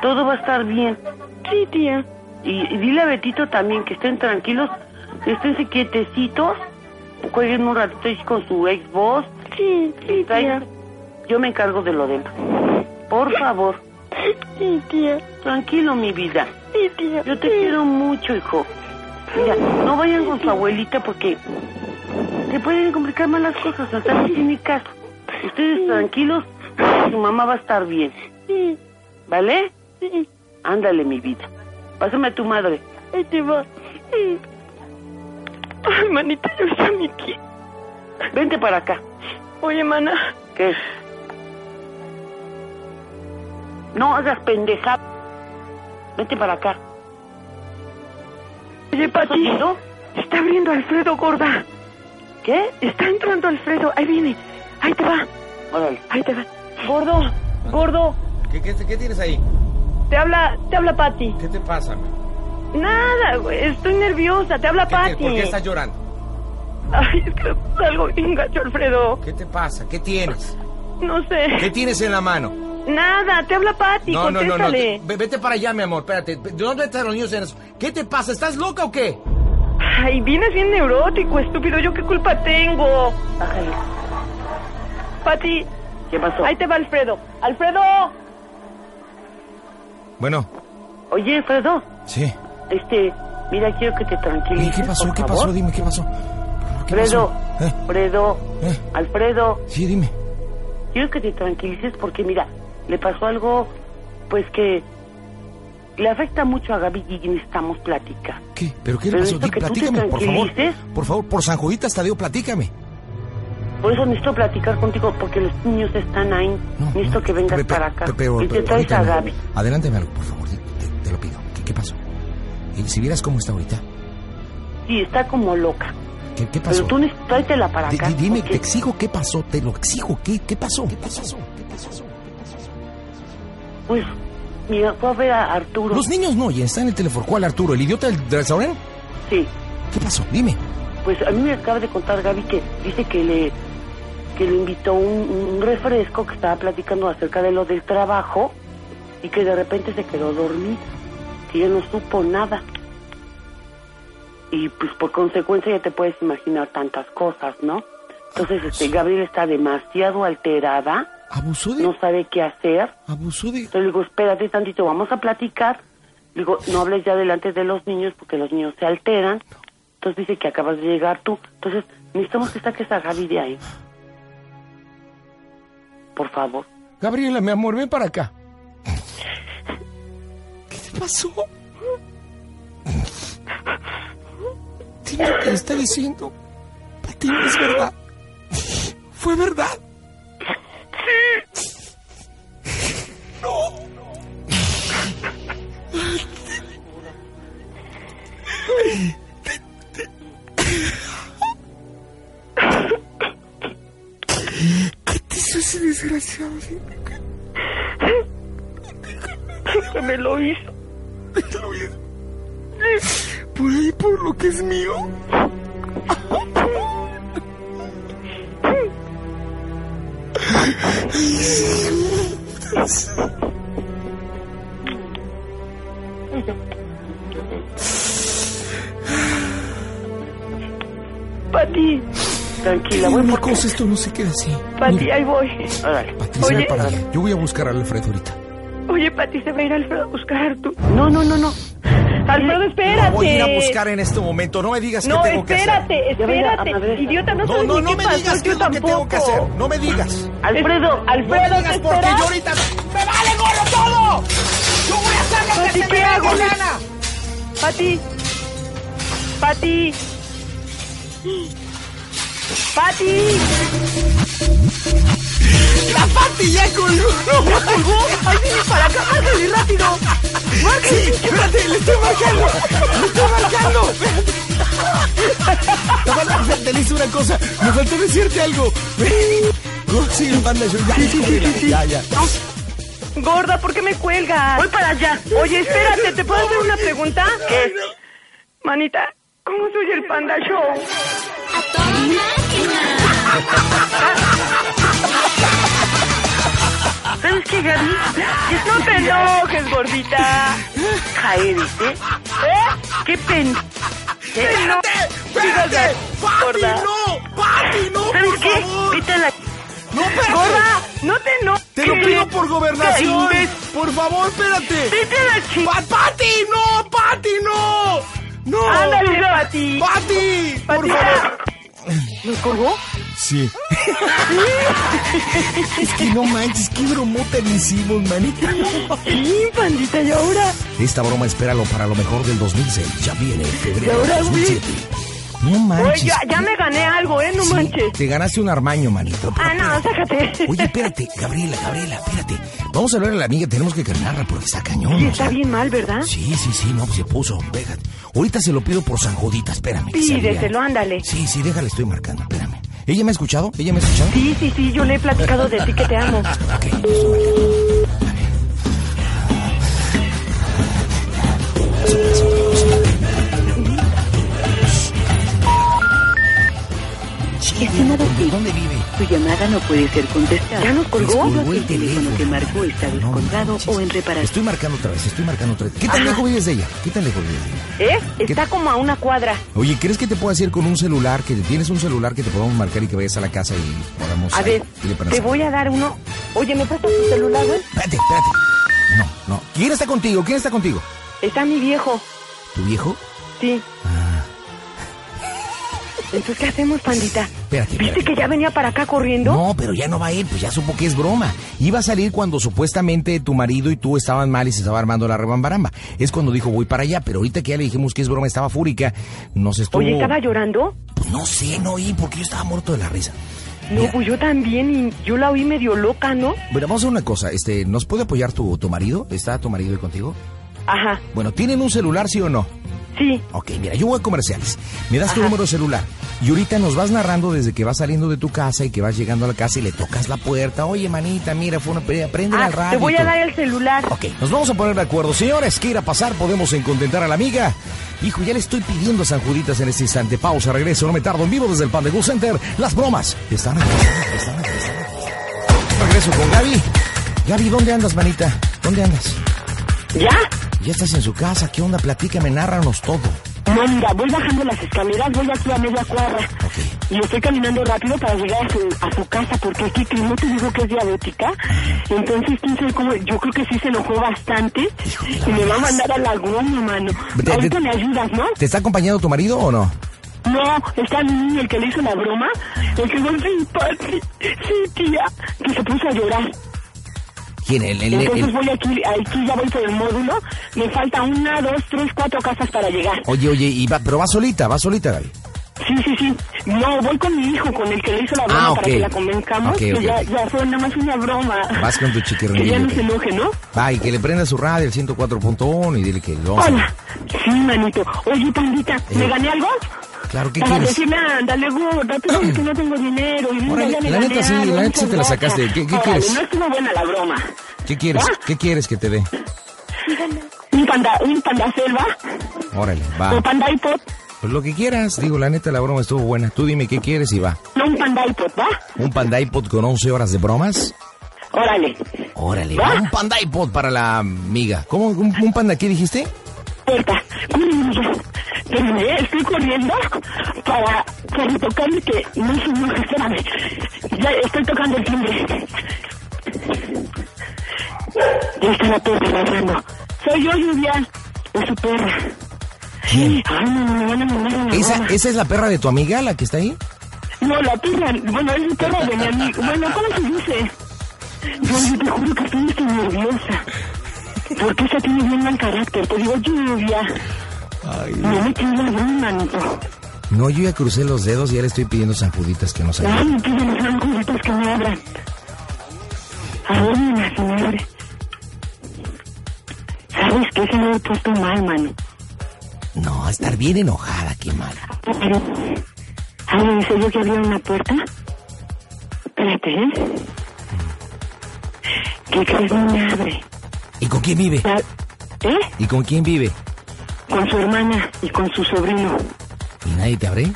Speaker 4: todo va a estar bien.
Speaker 3: Sí, tía.
Speaker 4: Y, y dile a Betito también que estén tranquilos, esténse quietecitos, jueguen un ratito ahí con su Xbox.
Speaker 3: Sí, sí,
Speaker 4: Distraigan.
Speaker 3: tía.
Speaker 4: Yo me encargo de lo demás. Por favor,
Speaker 3: Sí, tía.
Speaker 4: tranquilo mi vida.
Speaker 3: Sí, tía.
Speaker 4: Yo te quiero mucho, hijo. Mira, no vayan con su abuelita porque se pueden complicar más las cosas. Hasta no tiene caso. Ustedes tranquilos, su mamá va a estar bien.
Speaker 3: Sí,
Speaker 4: ¿Vale?
Speaker 3: sí.
Speaker 4: Ándale, mi vida. Pásame a tu madre.
Speaker 3: Ahí te va. Sí. Ay, manita, yo está Miki.
Speaker 4: Vente para acá.
Speaker 3: Oye, mana.
Speaker 4: ¿Qué? No hagas pendejada. Vente para acá.
Speaker 3: Oye, Pati.
Speaker 4: ¿No?
Speaker 3: Está abriendo Alfredo, gorda.
Speaker 4: ¿Qué?
Speaker 3: Está entrando Alfredo. Ahí viene. Ahí te va.
Speaker 4: Órale.
Speaker 3: Ahí te va. Gordo, gordo.
Speaker 6: ¿Qué, qué, qué tienes ahí?
Speaker 3: Te habla, te habla Pati.
Speaker 6: ¿Qué te pasa? mi?
Speaker 3: Nada, güey. Estoy nerviosa. Te habla
Speaker 6: ¿Qué te-
Speaker 3: Pati.
Speaker 6: ¿Por qué estás llorando?
Speaker 3: Ay, es que salgo bien gacho, Alfredo.
Speaker 6: ¿Qué te pasa? ¿Qué tienes?
Speaker 3: No sé.
Speaker 6: ¿Qué tienes en la mano?
Speaker 3: Nada, te habla Pati.
Speaker 6: No, no, no, no.
Speaker 3: Contéstale.
Speaker 6: Ve- Vete para allá, mi amor. Espérate. ¿De dónde están los niños en eso? ¿Qué te pasa? ¿Estás loca o qué?
Speaker 3: Ay, vienes bien neurótico, estúpido. ¿Yo qué culpa tengo?
Speaker 4: Bájale.
Speaker 3: Pati,
Speaker 4: ¿Qué pasó?
Speaker 3: ahí te va Alfredo. ¡Alfredo!
Speaker 6: Bueno,
Speaker 4: Oye, Alfredo.
Speaker 6: sí.
Speaker 4: Este, mira, quiero que te
Speaker 6: ¿Y
Speaker 4: tranquilices.
Speaker 6: qué pasó?
Speaker 4: por
Speaker 6: ¿Qué
Speaker 4: favor.
Speaker 6: pasó? Dime, ¿qué pasó? ¿Qué
Speaker 4: Alfredo,
Speaker 6: pasó? ¿Eh?
Speaker 4: Alfredo,
Speaker 6: ¿Eh?
Speaker 4: Alfredo,
Speaker 6: Sí, dime.
Speaker 4: Quiero que te tranquilices porque, mira, le pasó algo, pues que le afecta mucho a Gaby y necesitamos plática.
Speaker 2: ¿Qué? ¿Pero qué le
Speaker 4: Pero
Speaker 2: pasó?
Speaker 4: esto
Speaker 2: Di,
Speaker 4: que tú te
Speaker 2: platícame, por favor.
Speaker 4: tranquilices.
Speaker 2: Por favor, por San Juditas Tadeo, platícame.
Speaker 4: Por eso necesito platicar contigo porque los niños están ahí. necesito que vengas
Speaker 2: Pe- pe-
Speaker 4: para acá.
Speaker 2: pe- pero-
Speaker 4: y te
Speaker 2: pero
Speaker 4: traes
Speaker 2: ahorita
Speaker 4: a
Speaker 2: no.
Speaker 4: Gaby.
Speaker 2: Adelántame algo, por favor, di- te, te lo pido. ¿Qué, qué pasó? Y si vieras cómo está ahorita,
Speaker 4: Sí, está como loca.
Speaker 2: ¿qué, qué pasó?
Speaker 4: Pero tú necesitas tráetela para
Speaker 2: Di-
Speaker 4: acá.
Speaker 2: di- dime,
Speaker 4: porque-
Speaker 2: te exijo qué pasó, te lo exijo, ¿qué, qué pasó? ¿Qué pasó? ¿Qué pasó?
Speaker 4: Pues, mira, fue a ver a Arturo.
Speaker 2: Los niños no oyen, está en el teléfono. ¿Cuál Arturo? ¿El idiota del restaurante?
Speaker 4: Sí.
Speaker 2: ¿Qué pasó? Dime.
Speaker 4: Pues a mí me acaba de contar Gaby que dice que le que le invitó un, un refresco que estaba platicando acerca de lo del trabajo y que de repente se quedó dormida, que ella no supo nada. Y pues por consecuencia ya te puedes imaginar tantas cosas, ¿no? Entonces este, Gabriel está demasiado alterada,
Speaker 6: Abusó de.
Speaker 4: no sabe qué hacer.
Speaker 6: Abusó de.
Speaker 4: Entonces le digo, espérate tantito, vamos a platicar. Le digo, no hables ya delante de los niños porque los niños se alteran. Entonces dice que acabas de llegar tú. Entonces necesitamos que saques a Gaby de ahí. Por favor.
Speaker 6: Gabriela, mi amor, ven para acá. ¿Qué te pasó? Dime lo que está diciendo. Para ti es verdad. Fue verdad. ¿Qué te hace desgraciado?
Speaker 4: Que me lo hizo.
Speaker 6: Por ahí, por lo que es mío.
Speaker 4: Pati. Tranquila, voy
Speaker 6: Una
Speaker 4: por
Speaker 6: cosa, esto no se queda así.
Speaker 4: Pati, ahí voy. Órale.
Speaker 2: Patricia,
Speaker 4: Oye,
Speaker 2: para allá. Yo voy a buscar a Alfredo ahorita.
Speaker 4: oye, Pati, se va a ir Alfredo a buscar a Arturo. No, no, no, no.
Speaker 3: Alfredo, espérate.
Speaker 2: Voy a ir a buscar en este momento. No me digas
Speaker 3: No,
Speaker 2: qué tengo que hacer.
Speaker 3: espérate,
Speaker 4: Ya voy a ir a madrear.
Speaker 3: espérate. Idiota, no,
Speaker 2: No,
Speaker 3: sabes
Speaker 2: no,
Speaker 3: ni
Speaker 2: no
Speaker 3: qué
Speaker 2: me
Speaker 3: pasó,
Speaker 2: digas qué
Speaker 3: yo
Speaker 2: es lo que tengo que hacer.
Speaker 3: tampoco.
Speaker 2: No me digas.
Speaker 4: Alfredo,
Speaker 3: Alfredo,
Speaker 2: No me digas
Speaker 3: ¿te
Speaker 2: porque
Speaker 3: esperas?
Speaker 2: yo ahorita. ¡Me vale gorro todo! ¡Yo voy a
Speaker 3: Pues,
Speaker 2: hacer lo que
Speaker 4: Pati,
Speaker 2: se me
Speaker 4: ¿qué
Speaker 2: dé
Speaker 4: hago?
Speaker 2: la gana!
Speaker 3: Pati. Pati. Pati.
Speaker 6: ¡La Pati ya colgó!
Speaker 3: ¡Ya colgó! ¡Ay, viene para acá! ¡Márcale rápido! ¡Márcale!
Speaker 6: ¡Espérate, le estoy marcando! ¡Le estoy marcando! La banda, te- te le hice una cosa. Me faltó decirte algo. No, sí, la banda, yo ya, ya, ya, ya.
Speaker 3: Gorda, ¿por qué me cuelgas?
Speaker 4: voy para allá.
Speaker 3: Oye, espérate, ¿te puedo hacer una pregunta? ¿Qué? Manita, ¿cómo soy el Panda Show?
Speaker 4: ¿Sabes qué, Gaby?
Speaker 3: No te enojes, gordita.
Speaker 4: Jaeres, ¿eh? ¿Qué pen... ¿Eh?
Speaker 3: No.
Speaker 6: ¡Espérate! ¡Pati,
Speaker 3: Gorda.
Speaker 6: no! ¡Pati, no,
Speaker 4: ¿Sabes
Speaker 6: por
Speaker 4: qué?
Speaker 6: favor!
Speaker 4: Vete a la...
Speaker 6: ¡No, espérate!
Speaker 3: Gorda, no te enojes.
Speaker 6: ¡Te lo pido por gobernación!
Speaker 3: Qué imbécil.
Speaker 6: ¡Por favor, espérate!
Speaker 3: Vete a la chica.
Speaker 6: Pa- ¡Pati, no! ¡Pati, no! ¡No!
Speaker 3: Ándale, Pati.
Speaker 6: ¡Pati! ¡Por
Speaker 3: Patita.
Speaker 6: favor!
Speaker 4: ¿Me colgó?
Speaker 6: Sí. es que no manches, qué bromota le hicimos, manita.
Speaker 4: Sí, pandita, ¿y ahora?
Speaker 2: Esta broma espéralo para lo mejor del 2006. Ya viene febrero del
Speaker 4: ahora, güey?
Speaker 2: 2007. No
Speaker 3: Oye,
Speaker 2: manches.
Speaker 3: ya, ya me gané algo, ¿eh? No
Speaker 2: Sí,
Speaker 3: manches.
Speaker 2: Te ganaste un armaño, manito.
Speaker 3: Ah, no, sácate.
Speaker 2: Oye, espérate, Gabriela, Gabriela, espérate. Vamos a hablar a la amiga, tenemos que calmarla porque está cañón.
Speaker 4: Sí,
Speaker 2: o sea.
Speaker 4: está bien mal, ¿verdad?
Speaker 2: Sí, sí, sí, no, pues se puso. Déjate. Ahorita se lo pido por San Judita, espérame.
Speaker 4: Pídeselo,
Speaker 2: Sabía.
Speaker 4: ándale.
Speaker 2: Sí, sí, déjale, estoy marcando, espérame. ¿Ella me ha escuchado? ¿Ella me ha escuchado?
Speaker 4: Sí, sí, sí, yo le he platicado de ti que te amo.
Speaker 2: Ok, yo estoy marcando.
Speaker 7: Estimado Steve,
Speaker 2: ¿Dónde vive?
Speaker 7: tu llamada no puede ser contestada.
Speaker 4: ¿Ya nos colgó?
Speaker 7: Descubrió
Speaker 2: Colgó
Speaker 7: que
Speaker 2: el
Speaker 7: el teléfono que marcó está
Speaker 2: No
Speaker 7: descolgado
Speaker 2: manches.
Speaker 7: o en reparación.
Speaker 2: Estoy marcando otra vez, estoy marcando otra vez. ¿Qué tan lejos vives de ella? ¿Qué tan lejos vives de ella?
Speaker 4: ¿Eh? Está como a una cuadra.
Speaker 2: Oye, ¿crees que te puedas ir con un celular? Que tienes un celular que te podamos marcar y que vayas a la casa y podamos.
Speaker 4: A
Speaker 2: ahí,
Speaker 4: ver,
Speaker 2: ir para
Speaker 4: te
Speaker 2: sacar?
Speaker 4: voy a dar uno... Oye, ¿me prestas tu celular, güey?
Speaker 2: Espérate, espérate. No, no. ¿Quién está contigo? ¿Quién está contigo?
Speaker 4: Está mi viejo.
Speaker 2: ¿Tu viejo? Ah.
Speaker 4: Sí. Entonces, ¿qué hacemos, pandita?
Speaker 2: Espérate,
Speaker 3: ¿Viste
Speaker 2: espérate.
Speaker 3: que ya venía para acá corriendo?
Speaker 2: No, pero ya no va a ir, pues ya supo que es broma. Iba a salir cuando supuestamente tu marido y tú estaban mal y se estaba armando la rebambaramba. Es cuando dijo voy para allá, pero ahorita que ya le dijimos que es broma, estaba fúrica, nos estuvo...
Speaker 3: Oye, ¿estaba llorando?
Speaker 2: Pues no sé, no oí, porque yo estaba muerto de la risa.
Speaker 3: No,
Speaker 2: Mira,
Speaker 3: pues yo también, y yo la oí medio loca, ¿no?
Speaker 2: Bueno, vamos a hacer una cosa, este, ¿nos puede apoyar tu, tu marido? ¿Está tu marido ahí contigo?
Speaker 3: Ajá,
Speaker 2: Bueno, ¿tienen un celular, sí o no?
Speaker 3: sí,
Speaker 2: Ok, mira, yo voy a comerciales. Me das tu número celular y ahorita nos vas narrando desde que vas saliendo de tu casa y que vas llegando a la casa y le tocas la puerta. Oye, manita, mira, fue una pelea, prende
Speaker 3: Ah,
Speaker 2: al radio.
Speaker 3: te voy
Speaker 2: y
Speaker 3: a
Speaker 2: todo.
Speaker 3: dar el celular.
Speaker 2: Ok, nos vamos a poner de acuerdo. Señores, ¿qué irá a pasar? ¿Podemos encontentar a la amiga? Hijo, ya le estoy pidiendo a San Juditas en este instante. Pausa, regreso, no me tardo en vivo desde el Pan de Goose Center. Las bromas están aquí, están aquí, están aquí. Regreso con Gaby. Gaby, ¿dónde andas, manita? ¿Dónde andas?
Speaker 4: ¿Ya?
Speaker 2: Ya estás en su casa. ¿Qué onda? Platícame, narranos todo.
Speaker 4: No, mira, voy bajando las escaleras, voy aquí a media cuadra.
Speaker 2: Ok.
Speaker 4: Y estoy caminando rápido para llegar a su, a su casa, porque aquí que no te digo que es diabética. Entonces, quién sabe cómo, yo creo que sí se enojó bastante.
Speaker 2: Hijo de la
Speaker 4: Y me va a
Speaker 2: madre.
Speaker 4: mandar a la goma, mano.
Speaker 2: Vete,
Speaker 4: Ahorita
Speaker 2: vete.
Speaker 4: me ayudas, ¿no?
Speaker 2: ¿Te está acompañando tu marido o no?
Speaker 4: No, está mi niño, el que le hizo la broma, el que no sin patri, sí tía, que se puso a llorar.
Speaker 2: ¿Quién? El, el- el-
Speaker 4: Entonces voy aquí, aquí ya voy por el módulo, me falta una, dos, tres, cuatro casas para llegar.
Speaker 2: Oye, oye, y va- pero va solita, va solita, Gaby.
Speaker 4: Sí, sí, sí. No, voy con mi hijo, con el que le hizo la broma
Speaker 2: Ah, ok.
Speaker 4: para que la convenzcamos,
Speaker 2: Ok, ok,
Speaker 4: que ya,
Speaker 2: ok.
Speaker 4: ya fue nada más una broma.
Speaker 2: Vas con tu chiquirrinillo,
Speaker 4: Que ya no
Speaker 2: ok.
Speaker 4: se enoje, ¿no?
Speaker 2: Va, y que le prenda su radio, el 104.1, y dile que lo...
Speaker 4: Hola. Sí, manito. Oye, pandita,
Speaker 2: Eh.
Speaker 4: ¿me gané algo?
Speaker 2: Claro, ¿qué
Speaker 4: Para
Speaker 2: quieres?
Speaker 4: decirme, ándale, gorda, tú sabes que no tengo dinero. Y mira,
Speaker 2: Órale,
Speaker 4: ya me
Speaker 2: la neta
Speaker 4: gané
Speaker 2: sí, la
Speaker 4: algo,
Speaker 2: neta
Speaker 4: muchas
Speaker 2: sí te la
Speaker 4: gracias.
Speaker 2: sacaste. ¿Qué- qué
Speaker 4: Órale,
Speaker 2: quieres?
Speaker 4: No estuvo buena la broma.
Speaker 2: ¿Qué quieres?
Speaker 4: ¿Ah?
Speaker 2: ¿Qué quieres que te dé?
Speaker 4: Un panda, un panda selva,
Speaker 2: Órale,
Speaker 4: o
Speaker 2: va.
Speaker 4: panda iPod.
Speaker 2: Pues lo que quieras, digo, la neta, la broma estuvo buena. Tú dime qué quieres y va.
Speaker 4: No, un panda iPod, ¿va?
Speaker 2: ¿Un panda iPod con 11 horas de bromas?
Speaker 4: Órale.
Speaker 2: Órale, va.
Speaker 4: Ah.
Speaker 2: Un panda iPod para la amiga. ¿Cómo? ¿Un, un panda qué dijiste?
Speaker 4: Puerta. Mira, Terminé, estoy corriendo para, para tocarle que no se enoje, espérame. Ya estoy tocando el timbre. Ya está la perra ladrando. Soy yo, Lluvia. Es su perra.
Speaker 2: ¿Quién?
Speaker 4: Ay, no, no, me van a mandar a la
Speaker 2: ¿Esa,
Speaker 4: goma.
Speaker 2: ¿Esa es la perra de tu amiga, la que está ahí?
Speaker 4: No, la perra, bueno, es la perra de mi amigo. Bueno, ¿cómo se dice? No, yo te juro que estoy hasta nerviosa. Porque esa tiene bien mal carácter. Te digo, lluvia. No me tiene la mano, manito.
Speaker 2: No, yo ya crucé los dedos y ya le estoy pidiendo sanjuditas que nos ayude.
Speaker 4: Ay, me piden los angelitos que me abran. Abórmela, que me abre. ¿Sabes qué? Se me ha puesto mal, mano.
Speaker 2: No, a estar bien enojada, qué mal.
Speaker 4: Pero, ay, ¿en serio que había una puerta? Espérate, ¿eh? ¿Qué crees? No me abre.
Speaker 2: ¿Y con quién vive?
Speaker 4: Ya- ¿Eh?
Speaker 2: ¿Y con quién vive?
Speaker 4: Con su hermana y con su sobrino.
Speaker 2: ¿Y nadie te abre?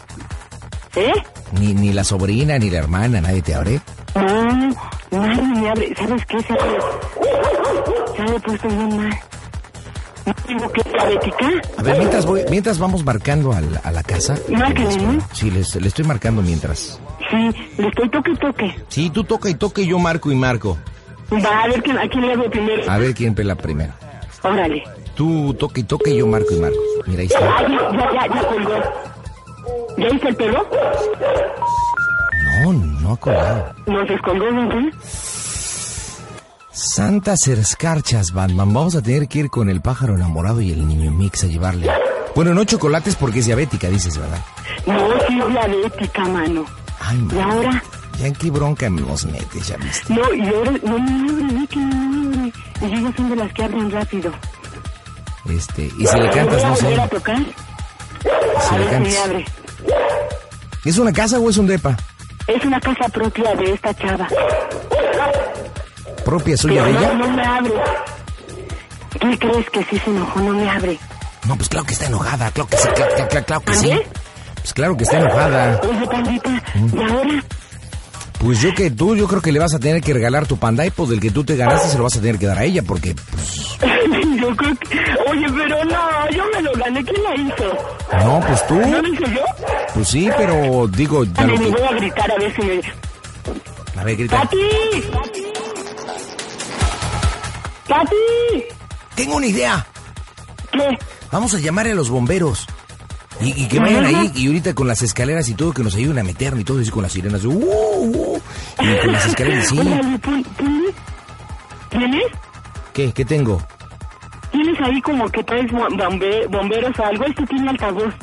Speaker 4: ¿Eh?
Speaker 2: Ni, ni la sobrina, ni la hermana, nadie te abre.
Speaker 4: No, nadie me abre. ¿Sabes qué? Se ha- Se ha puesto bien mal. No tengo que diabética.
Speaker 2: A ver, mientras, voy, mientras vamos marcando al- a la, casa.
Speaker 4: Márcale, ¿no?
Speaker 2: Sí, les- le estoy marcando mientras.
Speaker 4: Sí, le estoy toque y toque.
Speaker 2: Sí, tú toca y toca y yo marco y marco.
Speaker 4: Va, a ver quién, a quién le hago primero.
Speaker 2: A ver quién pela primero.
Speaker 4: Órale.
Speaker 2: Tú toca y toca y yo marco y marco. Mira, ahí está.
Speaker 4: Ay, ya, ya, ya colgó. ¿Ya hizo el perro?
Speaker 2: No, no ha colgado.
Speaker 4: Nos descolgó, ¿no?
Speaker 2: Santas escarchas, Batman. Vamos a tener que ir con el pájaro enamorado y el niño mix a llevarle. Bueno, no chocolates porque es diabética, dices, ¿verdad?
Speaker 4: No, sí es diabética, mano.
Speaker 2: Ay,
Speaker 4: ¿Y
Speaker 2: man,
Speaker 4: ahora?
Speaker 2: ya en qué bronca nos metes, ya viste.
Speaker 4: No, y ahora, no me abre, no que me abre. Y yo ya son de las que abren rápido.
Speaker 2: Este, y si le cantas,
Speaker 4: ¿Le voy a
Speaker 2: no sé.
Speaker 4: volver a tocar?
Speaker 2: Si le
Speaker 4: A ver si me
Speaker 2: cantas.
Speaker 4: abre.
Speaker 2: ¿Es una casa o es un depa?
Speaker 4: Es una casa propia de esta chava.
Speaker 2: ¿Propia suya
Speaker 4: Pero
Speaker 2: de
Speaker 4: no,
Speaker 2: ella?
Speaker 4: no me abre. ¿Qué crees que sí se enojó? No me abre.
Speaker 2: No, pues claro que está enojada, claro que sí, claro, claro, claro, claro que sí.
Speaker 4: ¿También?
Speaker 2: Pues claro que está enojada.
Speaker 4: Oye, pandita, ¿y ahora?
Speaker 2: Pues yo que tú, yo creo que le vas a tener que regalar tu panda iPod del que tú te ganaste, se lo vas a tener que dar a ella, porque pues,
Speaker 4: yo creo que... Oye, pero no, yo me lo gané. ¿Quién la hizo?
Speaker 2: no, pues tú,
Speaker 4: ¿No lo hice yo?
Speaker 2: pues sí, pero digo, ya
Speaker 4: A
Speaker 2: lo
Speaker 4: ver, le
Speaker 2: que-
Speaker 4: voy a gritar a ver si me...
Speaker 2: a ver, grita.
Speaker 4: ¡Pati! ¡Pati!
Speaker 2: Tengo una idea.
Speaker 4: ¿Qué?
Speaker 2: Vamos a llamar a los bomberos. Y, y que vayan ahí, y ahorita con las escaleras y todo, que nos ayuden a meternos y todo, y con las sirenas, ¡uh! uh, y con las escaleras, sí.
Speaker 7: Órale, pon- ponle. ¿Tienes?
Speaker 2: ¿Qué? ¿Qué tengo?
Speaker 7: ¿Tienes ahí como que traes bo- bombe- bomberos o algo? Este tiene altavoz.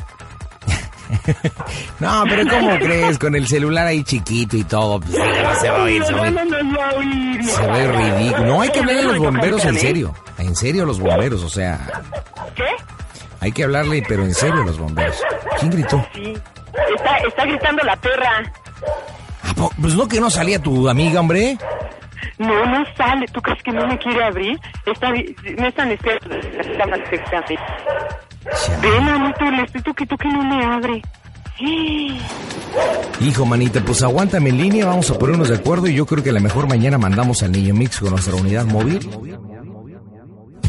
Speaker 2: No, pero ¿cómo crees? Con el celular ahí chiquito y todo, pues, se va a oír, se va a oír.
Speaker 7: No, no, no, va a oír.
Speaker 2: Se ve ridículo. No, hay que hablarle a los bomberos en serio. En serio a los bomberos, o sea,
Speaker 7: ¿Qué?
Speaker 2: hay que hablarle, pero en serio a los bomberos. ¿Quién gritó?
Speaker 7: Sí. Está, está gritando la perra.
Speaker 2: ¿A po- Pues no que no salía tu amiga, hombre.
Speaker 7: No, no sale. ¿Tú crees que no me quiere abrir? Está, vi- no están despiertos. Está más despiertos. Ven, amito, le estoy tú que tú que no me abre. Sí.
Speaker 2: Hijo, manita, pues aguántame en línea, vamos a ponernos de acuerdo y yo creo que a lo mejor mañana mandamos al niño Mix con nuestra unidad móvil.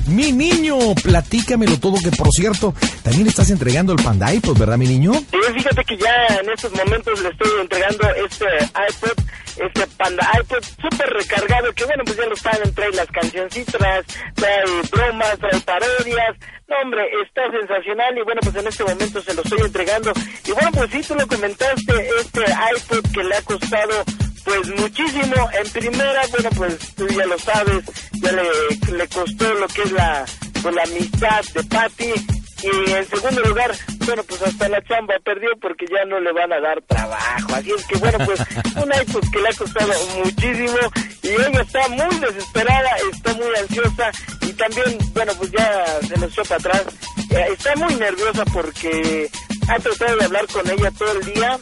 Speaker 2: Mi niño, platícamelo todo, que por cierto, también estás entregando el Panda iPod, ¿verdad, mi niño?
Speaker 8: Eh, fíjate que ya en estos momentos le estoy entregando este iPod, este Panda iPod súper recargado, que bueno, pues ya lo saben, trae las cancioncitas, trae bromas, trae parodias. No, hombre, está sensacional y bueno, pues en este momento se lo estoy entregando. Y bueno, pues sí, tú lo comentaste, este iPod que le ha costado pues muchísimo. En primera, bueno, pues tú ya lo sabes, ya le, le costó lo que es la, pues, la amistad de Patty. Y en segundo lugar, bueno, pues hasta la chamba perdió porque ya no le van a dar trabajo. Así es que, bueno, pues un iPod que le ha costado muchísimo y ella está muy desesperada, está muy ansiosa y también, bueno, pues ya se nos echó para atrás. Eh, está muy nerviosa porque ha tratado de hablar con ella todo el día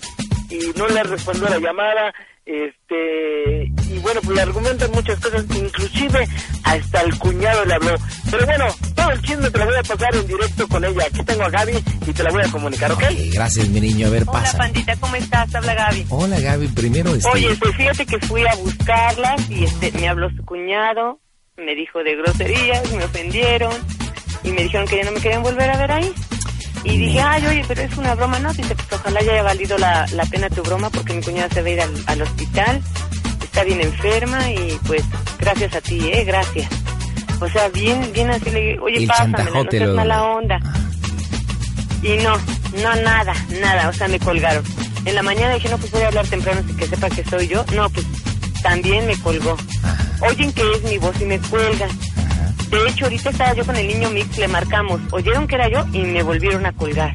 Speaker 8: y no le respondió la llamada. Este, y bueno, pues le argumentan muchas cosas, inclusive hasta el cuñado le habló. Pero bueno, todo el chisme te lo voy a pasar en directo con ella. Aquí tengo a Gaby y te la voy a comunicar, ¿ok?
Speaker 2: Eh, gracias, mi niño, a ver,
Speaker 3: Hola,
Speaker 2: pasa.
Speaker 3: pandita, ¿cómo estás? Habla Gaby.
Speaker 2: Hola, Gaby, primero este...
Speaker 3: Oye, pues fíjate que fui a buscarlas y este, me habló su cuñado, me dijo de groserías, me ofendieron y me dijeron que ya no me querían volver a ver ahí. Y dije, ay, oye, pero es una broma, ¿no? Dice, pues ojalá ya haya valido la, la pena tu broma porque mi cuñada se va a ir al, al hospital, está bien enferma y pues gracias a ti, ¿eh? Gracias. O sea, bien, bien así le dije, oye,
Speaker 2: El
Speaker 3: pásamela, no
Speaker 2: chantajote
Speaker 3: seas
Speaker 2: lo- Ah.
Speaker 3: mala onda. Y no, no, nada, nada, o sea, me colgaron. En la mañana dije, no, pues voy a hablar temprano así que sepa que soy yo. No, pues también me colgó.
Speaker 2: Ah.
Speaker 3: Oyen que es mi voz y me cuelgan. De hecho, ahorita estaba yo con el niño Mix, le marcamos, oyeron que era yo y me volvieron a colgar.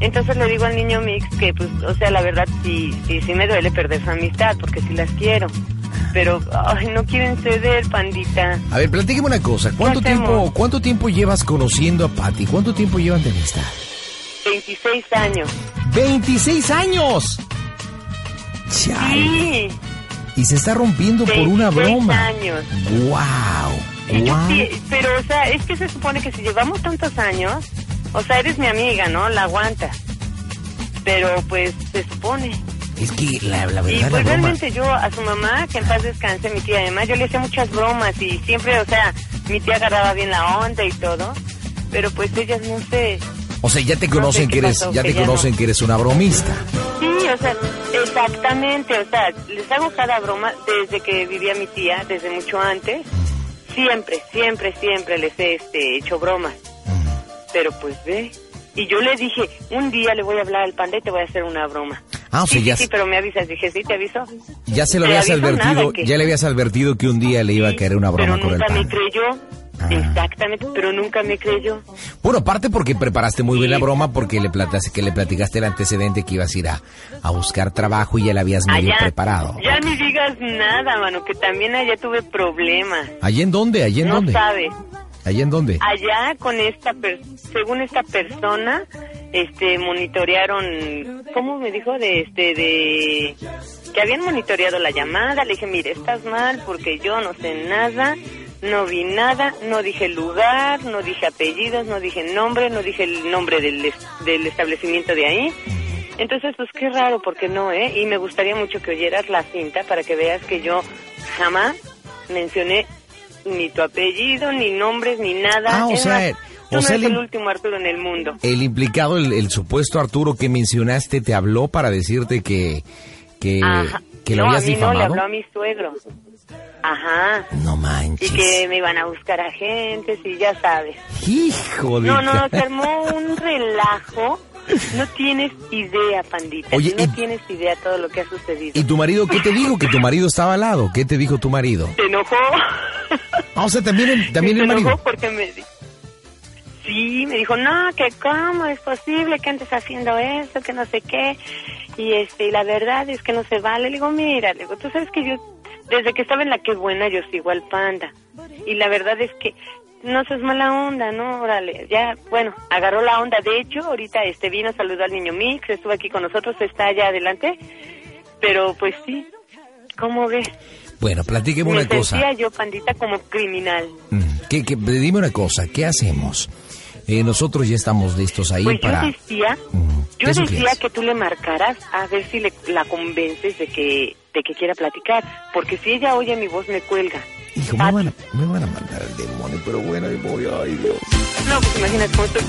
Speaker 3: Entonces le digo al niño Mix que, pues, o sea, la verdad sí, sí, sí me duele perder su amistad, porque sí las quiero.
Speaker 2: Ah.
Speaker 3: Pero, ay, no quieren ceder, pandita.
Speaker 2: A ver, platíqueme una cosa. ¿Cuánto
Speaker 3: hacemos?
Speaker 2: tiempo, ¿Cuánto tiempo llevas conociendo a Patty? ¿Cuánto tiempo llevan de amistad?
Speaker 3: 26 años.
Speaker 2: ¡26 años! Chale.
Speaker 3: Sí,
Speaker 2: Y se está rompiendo por una
Speaker 3: 26
Speaker 2: broma.
Speaker 3: años.
Speaker 2: ¡Wow!
Speaker 3: Y yo
Speaker 2: ¡Wow!
Speaker 3: sí, pero, o sea, es que se supone que si llevamos tantos años, o sea, eres mi amiga, ¿no? La aguantas. Pero, pues, se supone.
Speaker 2: Es que la, la
Speaker 3: Y
Speaker 2: verdad, la
Speaker 3: pues
Speaker 2: broma.
Speaker 3: realmente yo a su mamá, que en paz descanse, mi tía, además yo le hacía muchas bromas y siempre, o sea, mi tía agarraba bien la onda y todo, pero pues ellas no sé.
Speaker 2: O sea, ya te
Speaker 3: No sé
Speaker 2: conocen
Speaker 3: qué
Speaker 2: que eres,
Speaker 3: pasó,
Speaker 2: ya
Speaker 3: que
Speaker 2: te
Speaker 3: ya no.
Speaker 2: conocen que eres una bromista.
Speaker 3: Sí, o sea, exactamente, o sea, les hago cada broma desde que vivía mi tía, desde mucho antes. Siempre, siempre, siempre les he este, hecho bromas. Pero pues ve. Y yo le dije, un día le voy a hablar al panda y te voy a hacer una broma.
Speaker 2: Ah, o sea,
Speaker 3: sí,
Speaker 2: ya-
Speaker 3: sí, pero me avisas. Dije, sí, te aviso.
Speaker 2: Ya se lo
Speaker 3: Te
Speaker 2: habías
Speaker 3: aviso
Speaker 2: advertido,
Speaker 3: nada, que-
Speaker 2: ya le habías advertido que un día le iba a caer una broma Ah.
Speaker 3: pero
Speaker 2: con el
Speaker 3: nunca me
Speaker 2: pan.
Speaker 3: creyó. Exactamente, pero nunca me creyó.
Speaker 2: Bueno, aparte porque preparaste muy bien la broma, porque le platicaste, que le platicaste el antecedente que ibas a ir a, a buscar trabajo y ya la habías medio
Speaker 3: Allá.
Speaker 2: preparado.
Speaker 3: Ya ni digas nada, mano, que también allá tuve problemas.
Speaker 2: ¿Allí en dónde? ¿Allí en
Speaker 3: no
Speaker 2: dónde?
Speaker 3: sabes.
Speaker 2: ¿Allí en dónde?
Speaker 3: Allá con esta, per- según esta persona, este, monitorearon, ¿cómo me dijo? De este, de que habían monitoreado la llamada. Le dije, mire, estás mal porque yo no sé nada, no vi nada, no dije lugar, no dije apellidos, no dije nombre, no dije el nombre del, es- del establecimiento de ahí. Entonces, pues qué raro, porque no, ¿eh? Y me gustaría mucho que oyeras la cinta para que veas que yo jamás mencioné ni tu apellido, ni nombres, ni nada.
Speaker 2: Ah, o
Speaker 3: Es
Speaker 2: sea,
Speaker 3: más,
Speaker 2: eh, o
Speaker 3: tú no
Speaker 2: sea,
Speaker 3: eres
Speaker 2: el-
Speaker 3: el último Arturo en el mundo.
Speaker 2: El implicado, el, el supuesto Arturo que mencionaste, te habló para decirte que, que,
Speaker 3: Ajá.
Speaker 2: Eh, que lo
Speaker 3: no, a
Speaker 2: habías
Speaker 3: mí no, le
Speaker 2: difamado.
Speaker 3: habló a mi suegro. Ajá.
Speaker 2: No
Speaker 3: Y
Speaker 2: manches.
Speaker 3: que me iban a buscar agentes y ya sabes.
Speaker 2: Hijo de
Speaker 3: No, no,
Speaker 2: ca-
Speaker 3: se armó un relajo No tienes idea, pandita.
Speaker 2: Oye,
Speaker 3: no
Speaker 2: y-
Speaker 3: tienes idea todo lo que ha sucedido.
Speaker 2: ¿Y tu marido qué te dijo? Que tu marido estaba al lado. ¿Qué te dijo tu marido?
Speaker 3: Se enojó.
Speaker 2: Ah, o sea, también el, también
Speaker 3: se
Speaker 2: el
Speaker 3: enojó
Speaker 2: marido.
Speaker 3: porque me di- Sí, me dijo, no, que cómo es posible que andes haciendo eso, que no sé qué. Y este, y la verdad es que no se vale. Le digo, mira, le digo, tú sabes que yo, desde que estaba en la que buena, yo sigo al panda. Y la verdad es que no seas mala onda, ¿no? Órale, ya, bueno, agarró la onda. De hecho, ahorita este vino, saludó al niño Mix, estuvo aquí con nosotros, está allá adelante. Pero pues sí, ¿cómo ves?
Speaker 2: Bueno, platíqueme
Speaker 3: me
Speaker 2: una cosa.
Speaker 3: sentía yo, pandita, como criminal.
Speaker 2: Mm, ¿Qué, qué- dime una cosa, ¿qué hacemos? Eh, nosotros ya estamos listos ahí
Speaker 3: Pues
Speaker 2: para... Mm,
Speaker 3: yo decía, yo
Speaker 2: ¿Qué
Speaker 3: decía
Speaker 2: sugieres?
Speaker 3: que tú le marcaras a ver si le, la convences de que de que quiera platicar, porque si ella oye mi voz me cuelga.
Speaker 2: Hijo, me van, a, me van a mandar al demonio, pero bueno, ahí voy, ay Dios.
Speaker 3: No, pues imagínate cómo estoy,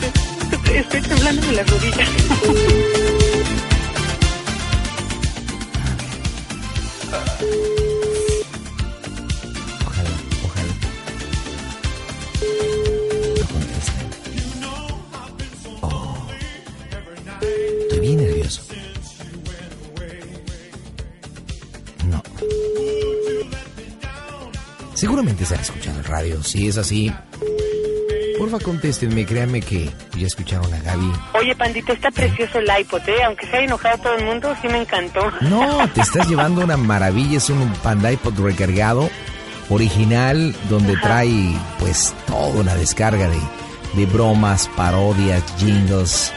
Speaker 3: estoy- estoy temblando de las rodillas.
Speaker 2: Ojalá, ojalá. No contesten. Oh, estoy bien nervioso. No. Seguramente están escuchando el radio. Si es así, porfa contéstenme. Créanme que ya escucharon a Gaby.
Speaker 3: Oye, pandita, está precioso el iPod, ¿eh? Aunque se haya enojado todo el mundo, sí me encantó.
Speaker 2: No, te estás llevando una maravilla. Es un Panda iPod recargado, original, donde trae pues toda una descarga de, de bromas, parodias, jingles.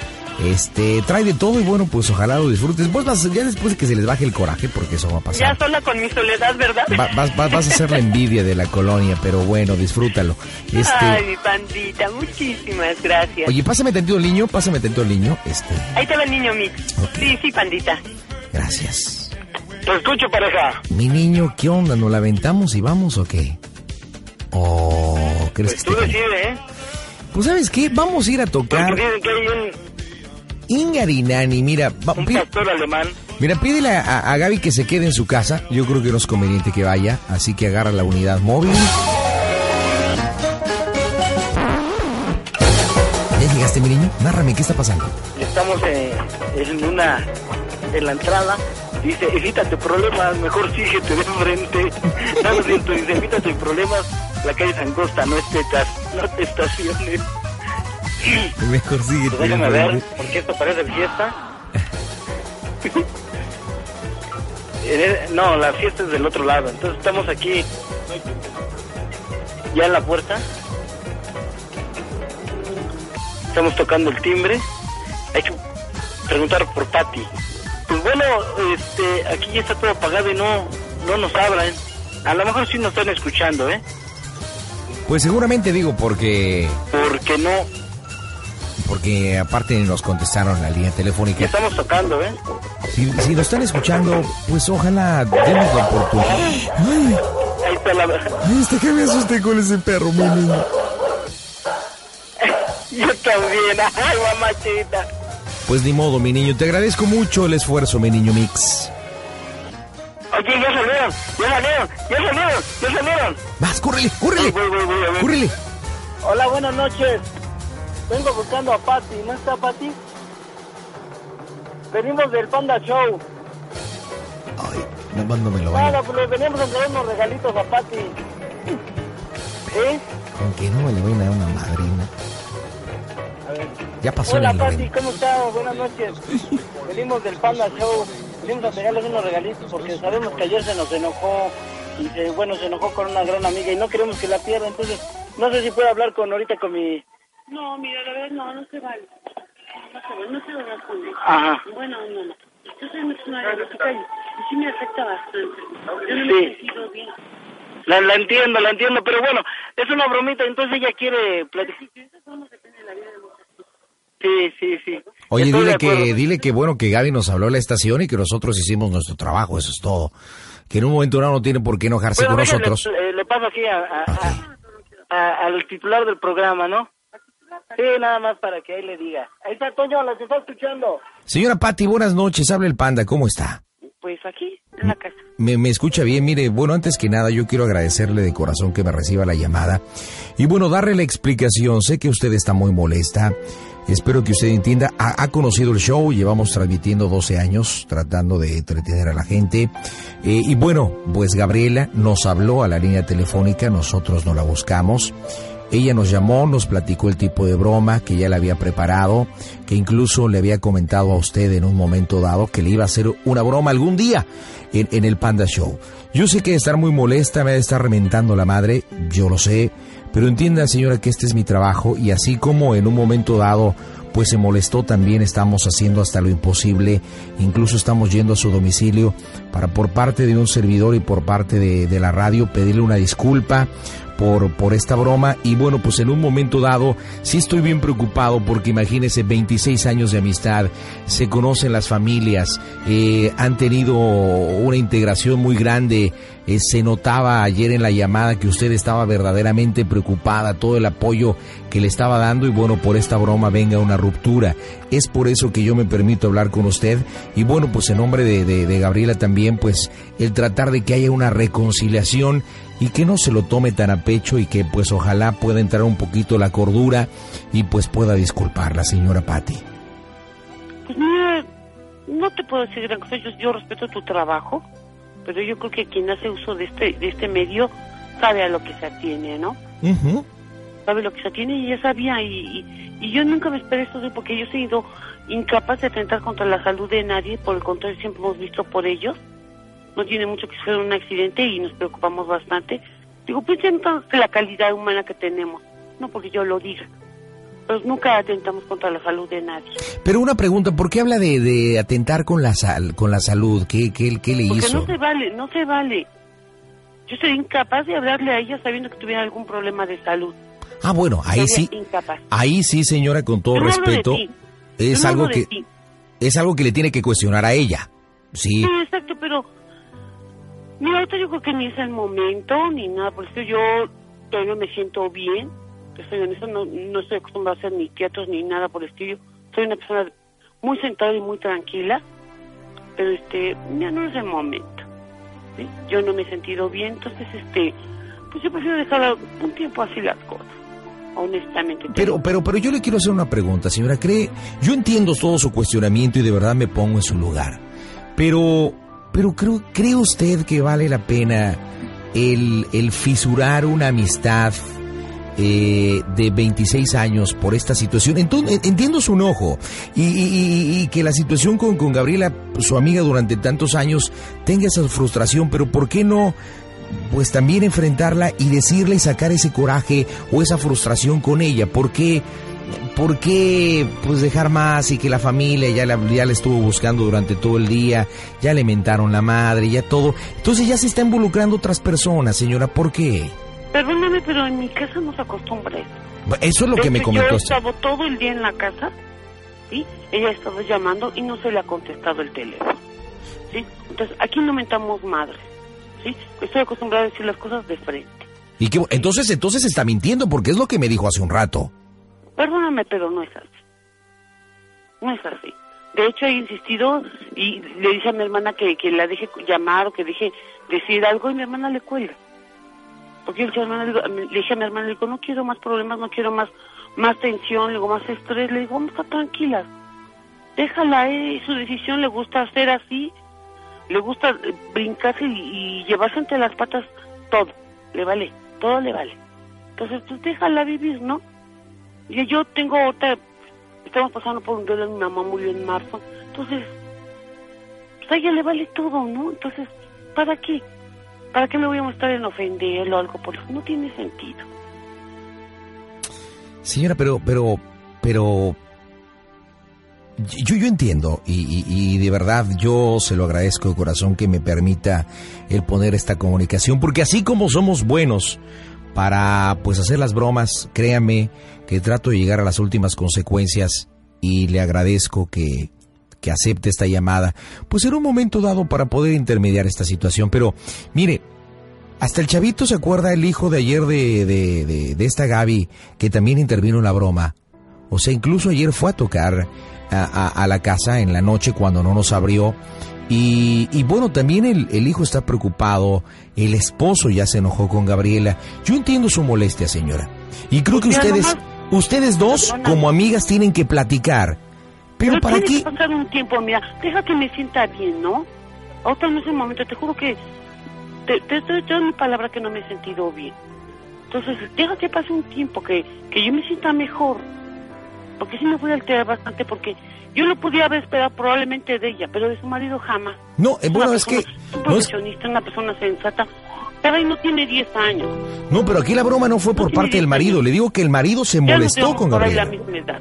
Speaker 2: Este, trae de todo y bueno, pues ojalá lo disfrutes. Vos vas, ya después de que se les baje el coraje, porque eso va a
Speaker 3: Ya
Speaker 2: pasar.
Speaker 3: sola con mi soledad, ¿verdad?
Speaker 2: va- vas, vas- vas a ser la envidia de la colonia, pero bueno, disfrútalo.
Speaker 3: Ay,
Speaker 2: Este,
Speaker 3: mi pandita, muchísimas gracias.
Speaker 2: oye, pásame tantito el niño, pásame tantito el niño. Este,
Speaker 3: Ahí te va el niño Mix. Sí, sí, pandita.
Speaker 2: gracias.
Speaker 8: Te escucho, pareja.
Speaker 2: Mi niño, ¿qué onda? ¿Nos la aventamos y vamos o qué? Oh, ¿crees que
Speaker 8: Tú
Speaker 2: esté caliente?
Speaker 8: decides, ¿eh?
Speaker 2: Pues ¿sabes qué? Vamos a ir a tocar
Speaker 8: Porque dicen que hay un,
Speaker 2: Ingarinani. Mira, va-
Speaker 8: un
Speaker 2: pi-
Speaker 8: pastor alemán.
Speaker 2: mira, pídele a, a- a Gaby que se quede en su casa. Yo creo que no es conveniente que vaya, así que agarra la unidad móvil. ¿Ya llegaste, mi niño? Nárrame, ¿qué está pasando?
Speaker 8: Estamos eh, en una. En la entrada. Dice, evítate problemas, mejor síguete de frente. No, no es cierto, dice, evítate problemas. La calle Sancosta no, estetas, no te estaciones.
Speaker 2: Mejor sigue.
Speaker 8: Pues déjame ver, porque esto parece fiesta. En el- no, la fiesta es del otro lado. Entonces estamos aquí. Ya en la puerta. Estamos tocando el timbre. Hay que preguntar por Patti. Pues bueno, este, aquí ya está todo apagado y no, no nos hablan. A lo mejor sí nos están escuchando, ¿eh?
Speaker 2: Pues seguramente digo porque...
Speaker 8: Porque no.
Speaker 2: Porque aparte nos contestaron la línea telefónica.
Speaker 8: Ya estamos tocando, ¿eh?
Speaker 2: Si, si nos están escuchando, pues ojalá demos la oportunidad. Ay,
Speaker 8: Ahí está la,
Speaker 2: ay, hasta que me asusté con ese perro, mi niño.
Speaker 8: Yo también, ay mamachita.
Speaker 2: Pues ni modo, mi niño. Te agradezco mucho el esfuerzo, mi niño Mix.
Speaker 8: Oye, ya salieron, ya salieron, ya salieron, ya salieron.
Speaker 2: Vas, córrele, córrele.
Speaker 8: Voy, voy, voy, voy, voy.
Speaker 2: Córrele.
Speaker 8: Hola, buenas noches. Vengo buscando a Patty, ¿no está Patty? Venimos del Panda Show.
Speaker 2: Ay, no, no me lo
Speaker 8: Nada,
Speaker 2: vayan.
Speaker 8: pues le venimos a traer unos regalitos a Patty. ¿Eh?
Speaker 2: Con que no me le vayan a dar una madrina.
Speaker 8: A ver.
Speaker 2: Ya pasó
Speaker 8: Hola
Speaker 2: la
Speaker 8: Patty,
Speaker 2: novena.
Speaker 8: ¿cómo estás? Buenas noches. Venimos del Panda Show. Venimos a pegarles unos regalitos porque sabemos que ayer se nos enojó. Y eh, bueno, se enojó con una gran amiga y no queremos que la pierda. Entonces, no sé si puedo hablar con ahorita con mi...
Speaker 3: No, mira, la verdad, no, no se vale. No se vale, no se va a poner.
Speaker 8: Ajá.
Speaker 3: Bueno, no, no. Yo soy mucho más diabética y y sí me afecta bastante. Yo no
Speaker 8: Sí.
Speaker 3: me he sentido bien.
Speaker 8: La, la entiendo, la entiendo, pero bueno, es una bromita, entonces ella quiere platicar. Sí, sí, sí.
Speaker 2: Oye,
Speaker 8: Estoy
Speaker 2: dile
Speaker 8: de
Speaker 2: que,
Speaker 8: acuerdo.
Speaker 2: dile que bueno que Gaby nos habló a la estación y que nosotros hicimos nuestro trabajo, eso es todo. Que en un momento dado no tiene por qué enojarse
Speaker 8: Bueno,
Speaker 2: con
Speaker 8: déjale,
Speaker 2: nosotros.
Speaker 8: eh, le paso aquí a- a-
Speaker 2: Ok.
Speaker 8: a- a- al titular del programa, ¿no? Sí, nada más para que ahí le diga. Ahí está Toño, la que está escuchando.
Speaker 2: Señora Patti, buenas noches. Habla el panda, ¿cómo está?
Speaker 3: Pues aquí, en la casa.
Speaker 2: Me, me escucha bien, mire, bueno, antes que nada yo quiero agradecerle de corazón que me reciba la llamada y bueno, darle la explicación, sé que usted está muy molesta, Espero que usted entienda. Ha, ha conocido el show, llevamos transmitiendo 12 años tratando de entretener a la gente. Eh, y bueno, pues Gabriela nos habló a la línea telefónica, nosotros no la buscamos. Ella nos llamó, nos platicó el tipo de broma que ya le había preparado, que incluso le había comentado a usted en un momento dado que le iba a hacer una broma algún día en, en el Panda Show. Yo sé que de estar muy molesta, me ha de estar reventando la madre, yo lo sé, pero entienda señora que este es mi trabajo y así como en un momento dado pues se molestó también estamos haciendo hasta lo imposible, incluso estamos yendo a su domicilio para por parte de un servidor y por parte de, de la radio pedirle una disculpa por, por esta broma y bueno, pues en un momento dado sí estoy bien preocupado porque imagínense 26 años de amistad, se conocen las familias, eh, han tenido una integración muy grande, eh, se notaba ayer en la llamada que usted estaba verdaderamente preocupada, todo el apoyo que le estaba dando y bueno, por esta broma venga una ruptura. Es por eso que yo me permito hablar con usted y bueno, pues en nombre de, de, de Gabriela también, pues el tratar de que haya una reconciliación y que no se lo tome tan a pecho y que pues ojalá pueda entrar un poquito la cordura y pues pueda disculpar la señora Patti.
Speaker 3: Pues mira, no te puedo decir gran cosa. Yo, yo respeto tu trabajo, pero yo creo que quien hace uso de este, de este medio sabe a lo que se atiene, ¿no?
Speaker 2: Ujú.
Speaker 3: Sabe lo que se atiene y ya sabía. Y, y, y yo nunca me esperé esto de- porque yo he sido incapaz de atentar contra la salud de nadie. Por el contrario, siempre hemos visto por ellos. No tiene mucho que ser un accidente y nos preocupamos bastante. Digo, pues ya entonces la calidad humana que tenemos. No porque yo lo diga. Pero nunca atentamos contra la salud de nadie.
Speaker 2: Pero una pregunta, ¿por qué habla de, de atentar con la sal, con la salud? ¿Qué, qué, qué le
Speaker 3: Porque
Speaker 2: hizo?
Speaker 3: no se vale, no se vale. Yo sería incapaz de hablarle a ella sabiendo que tuviera algún problema de salud.
Speaker 2: Ah, bueno, ahí
Speaker 3: Sería
Speaker 2: sí,
Speaker 3: Incapaz.
Speaker 2: ahí sí, señora, con todo
Speaker 3: Yo no hablo de
Speaker 2: respeto,
Speaker 3: ti.
Speaker 2: es
Speaker 3: Yo no
Speaker 2: algo
Speaker 3: hablo de
Speaker 2: que
Speaker 3: ti.
Speaker 2: es algo que le tiene que cuestionar a ella. Sí.
Speaker 3: Sí, exacto, pero... Mira, ahorita yo creo que ni es el momento, ni nada. Por eso yo todavía no me siento bien. Yo soy honesta, no, no estoy acostumbrada a hacer ni teatros ni nada por el estilo. Soy una persona muy sentada y muy tranquila. Pero, este, ya no es el momento. ¿sí? Yo no me he sentido bien, entonces, este... Pues yo prefiero dejar un tiempo así las cosas, honestamente.
Speaker 2: Pero, pero, pero yo le quiero hacer una pregunta, señora. Cree, yo entiendo todo su cuestionamiento y de verdad me pongo en su lugar. Pero, pero creo, ¿cree usted que vale la pena el, el fisurar una amistad eh, de 26 años por esta situación? Entonces, entiendo su enojo y, y- y- y que la situación con, con Gabriela, su amiga durante tantos años, tenga esa frustración, pero ¿por qué no? pues también enfrentarla y decirle y sacar ese coraje o esa frustración con ella. ¿Por qué? ¿Por qué pues dejar más y que la familia ya la, ya la estuvo buscando durante todo el día, ya le mentaron la madre, ya todo? Entonces ya se está involucrando otras personas, señora, ¿por qué?
Speaker 3: Perdóname, pero en mi casa no se acostumbra eso.
Speaker 2: Eso es lo que me
Speaker 3: Entonces,
Speaker 2: comentó
Speaker 3: Yo
Speaker 2: usted.
Speaker 3: estaba todo el día en la casa, ¿sí? Ella ha estado llamando y no se le ha contestado el teléfono, ¿sí? Entonces, aquí no mentamos madres, ¿sí? Estoy acostumbrada a decir las cosas de frente.
Speaker 2: Y que, entonces, entonces está mintiendo porque es lo que me dijo hace un rato.
Speaker 3: Perdóname, pero no es así. No es así. De hecho, he insistido y le dije a mi hermana que, que la deje llamar o que deje decir algo y mi hermana le cuelga. Porque yo le dije a mi hermana, le digo- le dije a mi hermana, le digo, no quiero más problemas, no quiero más más tensión, le digo, más estrés, le digo, vamos a estar tranquilas. Déjala, eh, es su decisión, le gusta hacer así, le gusta eh, brincarse y, y llevarse entre las patas todo, le vale, todo le vale. Entonces, pues déjala vivir, ¿no? Y yo tengo otra, estamos pasando por un duelo de mi mamá murió en marzo, entonces, pues a ella le vale todo, ¿no? Entonces, ¿para qué? ¿Para qué me voy a mostrar en ofenderlo o algo? Porque no tiene sentido.
Speaker 2: Señora, pero, pero, pero. Yo, yo entiendo y, y- y de verdad yo se lo agradezco de corazón que me permita el poner esta comunicación, porque así como somos buenos para pues hacer las bromas, créame que trato de llegar a las últimas consecuencias y le agradezco que, que acepte esta llamada, pues era un momento dado para poder intermediar esta situación, pero mire, hasta el chavito se acuerda el hijo de ayer de, de, de- de esta Gaby, que también intervino en la broma. O sea, incluso ayer fue a tocar a, a- a la casa en la noche cuando no nos abrió. Y, y bueno, también el, el hijo está preocupado, el esposo ya se enojó con Gabriela. Yo entiendo su molestia, señora. Y creo que
Speaker 3: Mira
Speaker 2: ustedes...
Speaker 3: nomás,
Speaker 2: Ustedes dos, como amigas, tienen que platicar. Pero para
Speaker 4: tienes
Speaker 2: qué...
Speaker 4: que pasar un tiempo, mira, deja que me sienta bien, ¿no? Ahorita en ese momento, te juro que te, te estoy dando mi palabra que no me he sentido bien. Entonces, deja que pase un tiempo, que, que yo me sienta mejor. Porque sí me voy a alterar bastante, porque yo lo pudiera haber esperado probablemente de ella, pero de su marido jamás.
Speaker 2: No, eh,
Speaker 4: Una
Speaker 2: bueno, es que...
Speaker 4: persona- Un
Speaker 2: no es-
Speaker 4: profesionista, una persona sensata. Pero ahí no tiene 10 años.
Speaker 2: No, pero aquí la broma no fue por parte del marido. Le digo que el marido se
Speaker 4: Ya nos
Speaker 2: molestó
Speaker 4: llevamos
Speaker 2: con
Speaker 4: por ahí la
Speaker 2: Gabriela.
Speaker 4: misma edad.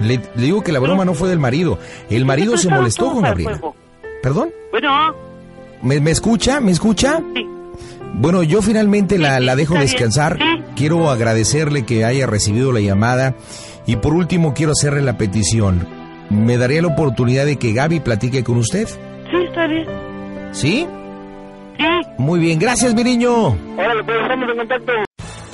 Speaker 2: Le, le digo que la broma no fue del marido. El marido
Speaker 4: Entonces,
Speaker 2: se
Speaker 4: estaba
Speaker 2: molestó
Speaker 4: todo
Speaker 2: con
Speaker 4: para
Speaker 2: Gabriela.
Speaker 4: juego.
Speaker 2: ¿Perdón?
Speaker 4: Bueno,
Speaker 2: ¿Me, me escucha? ¿Me escucha? Bueno, yo finalmente la, la dejo
Speaker 4: está bien.
Speaker 2: descansar. Quiero agradecerle que haya recibido la llamada. Y por último, quiero hacerle la petición. ¿Me daría la oportunidad de que Gaby platique con usted?
Speaker 4: sí, está bien.
Speaker 2: ¿Sí?
Speaker 4: Sí.
Speaker 2: Muy bien, gracias, mi niño.
Speaker 9: Órale, pues estamos en contacto.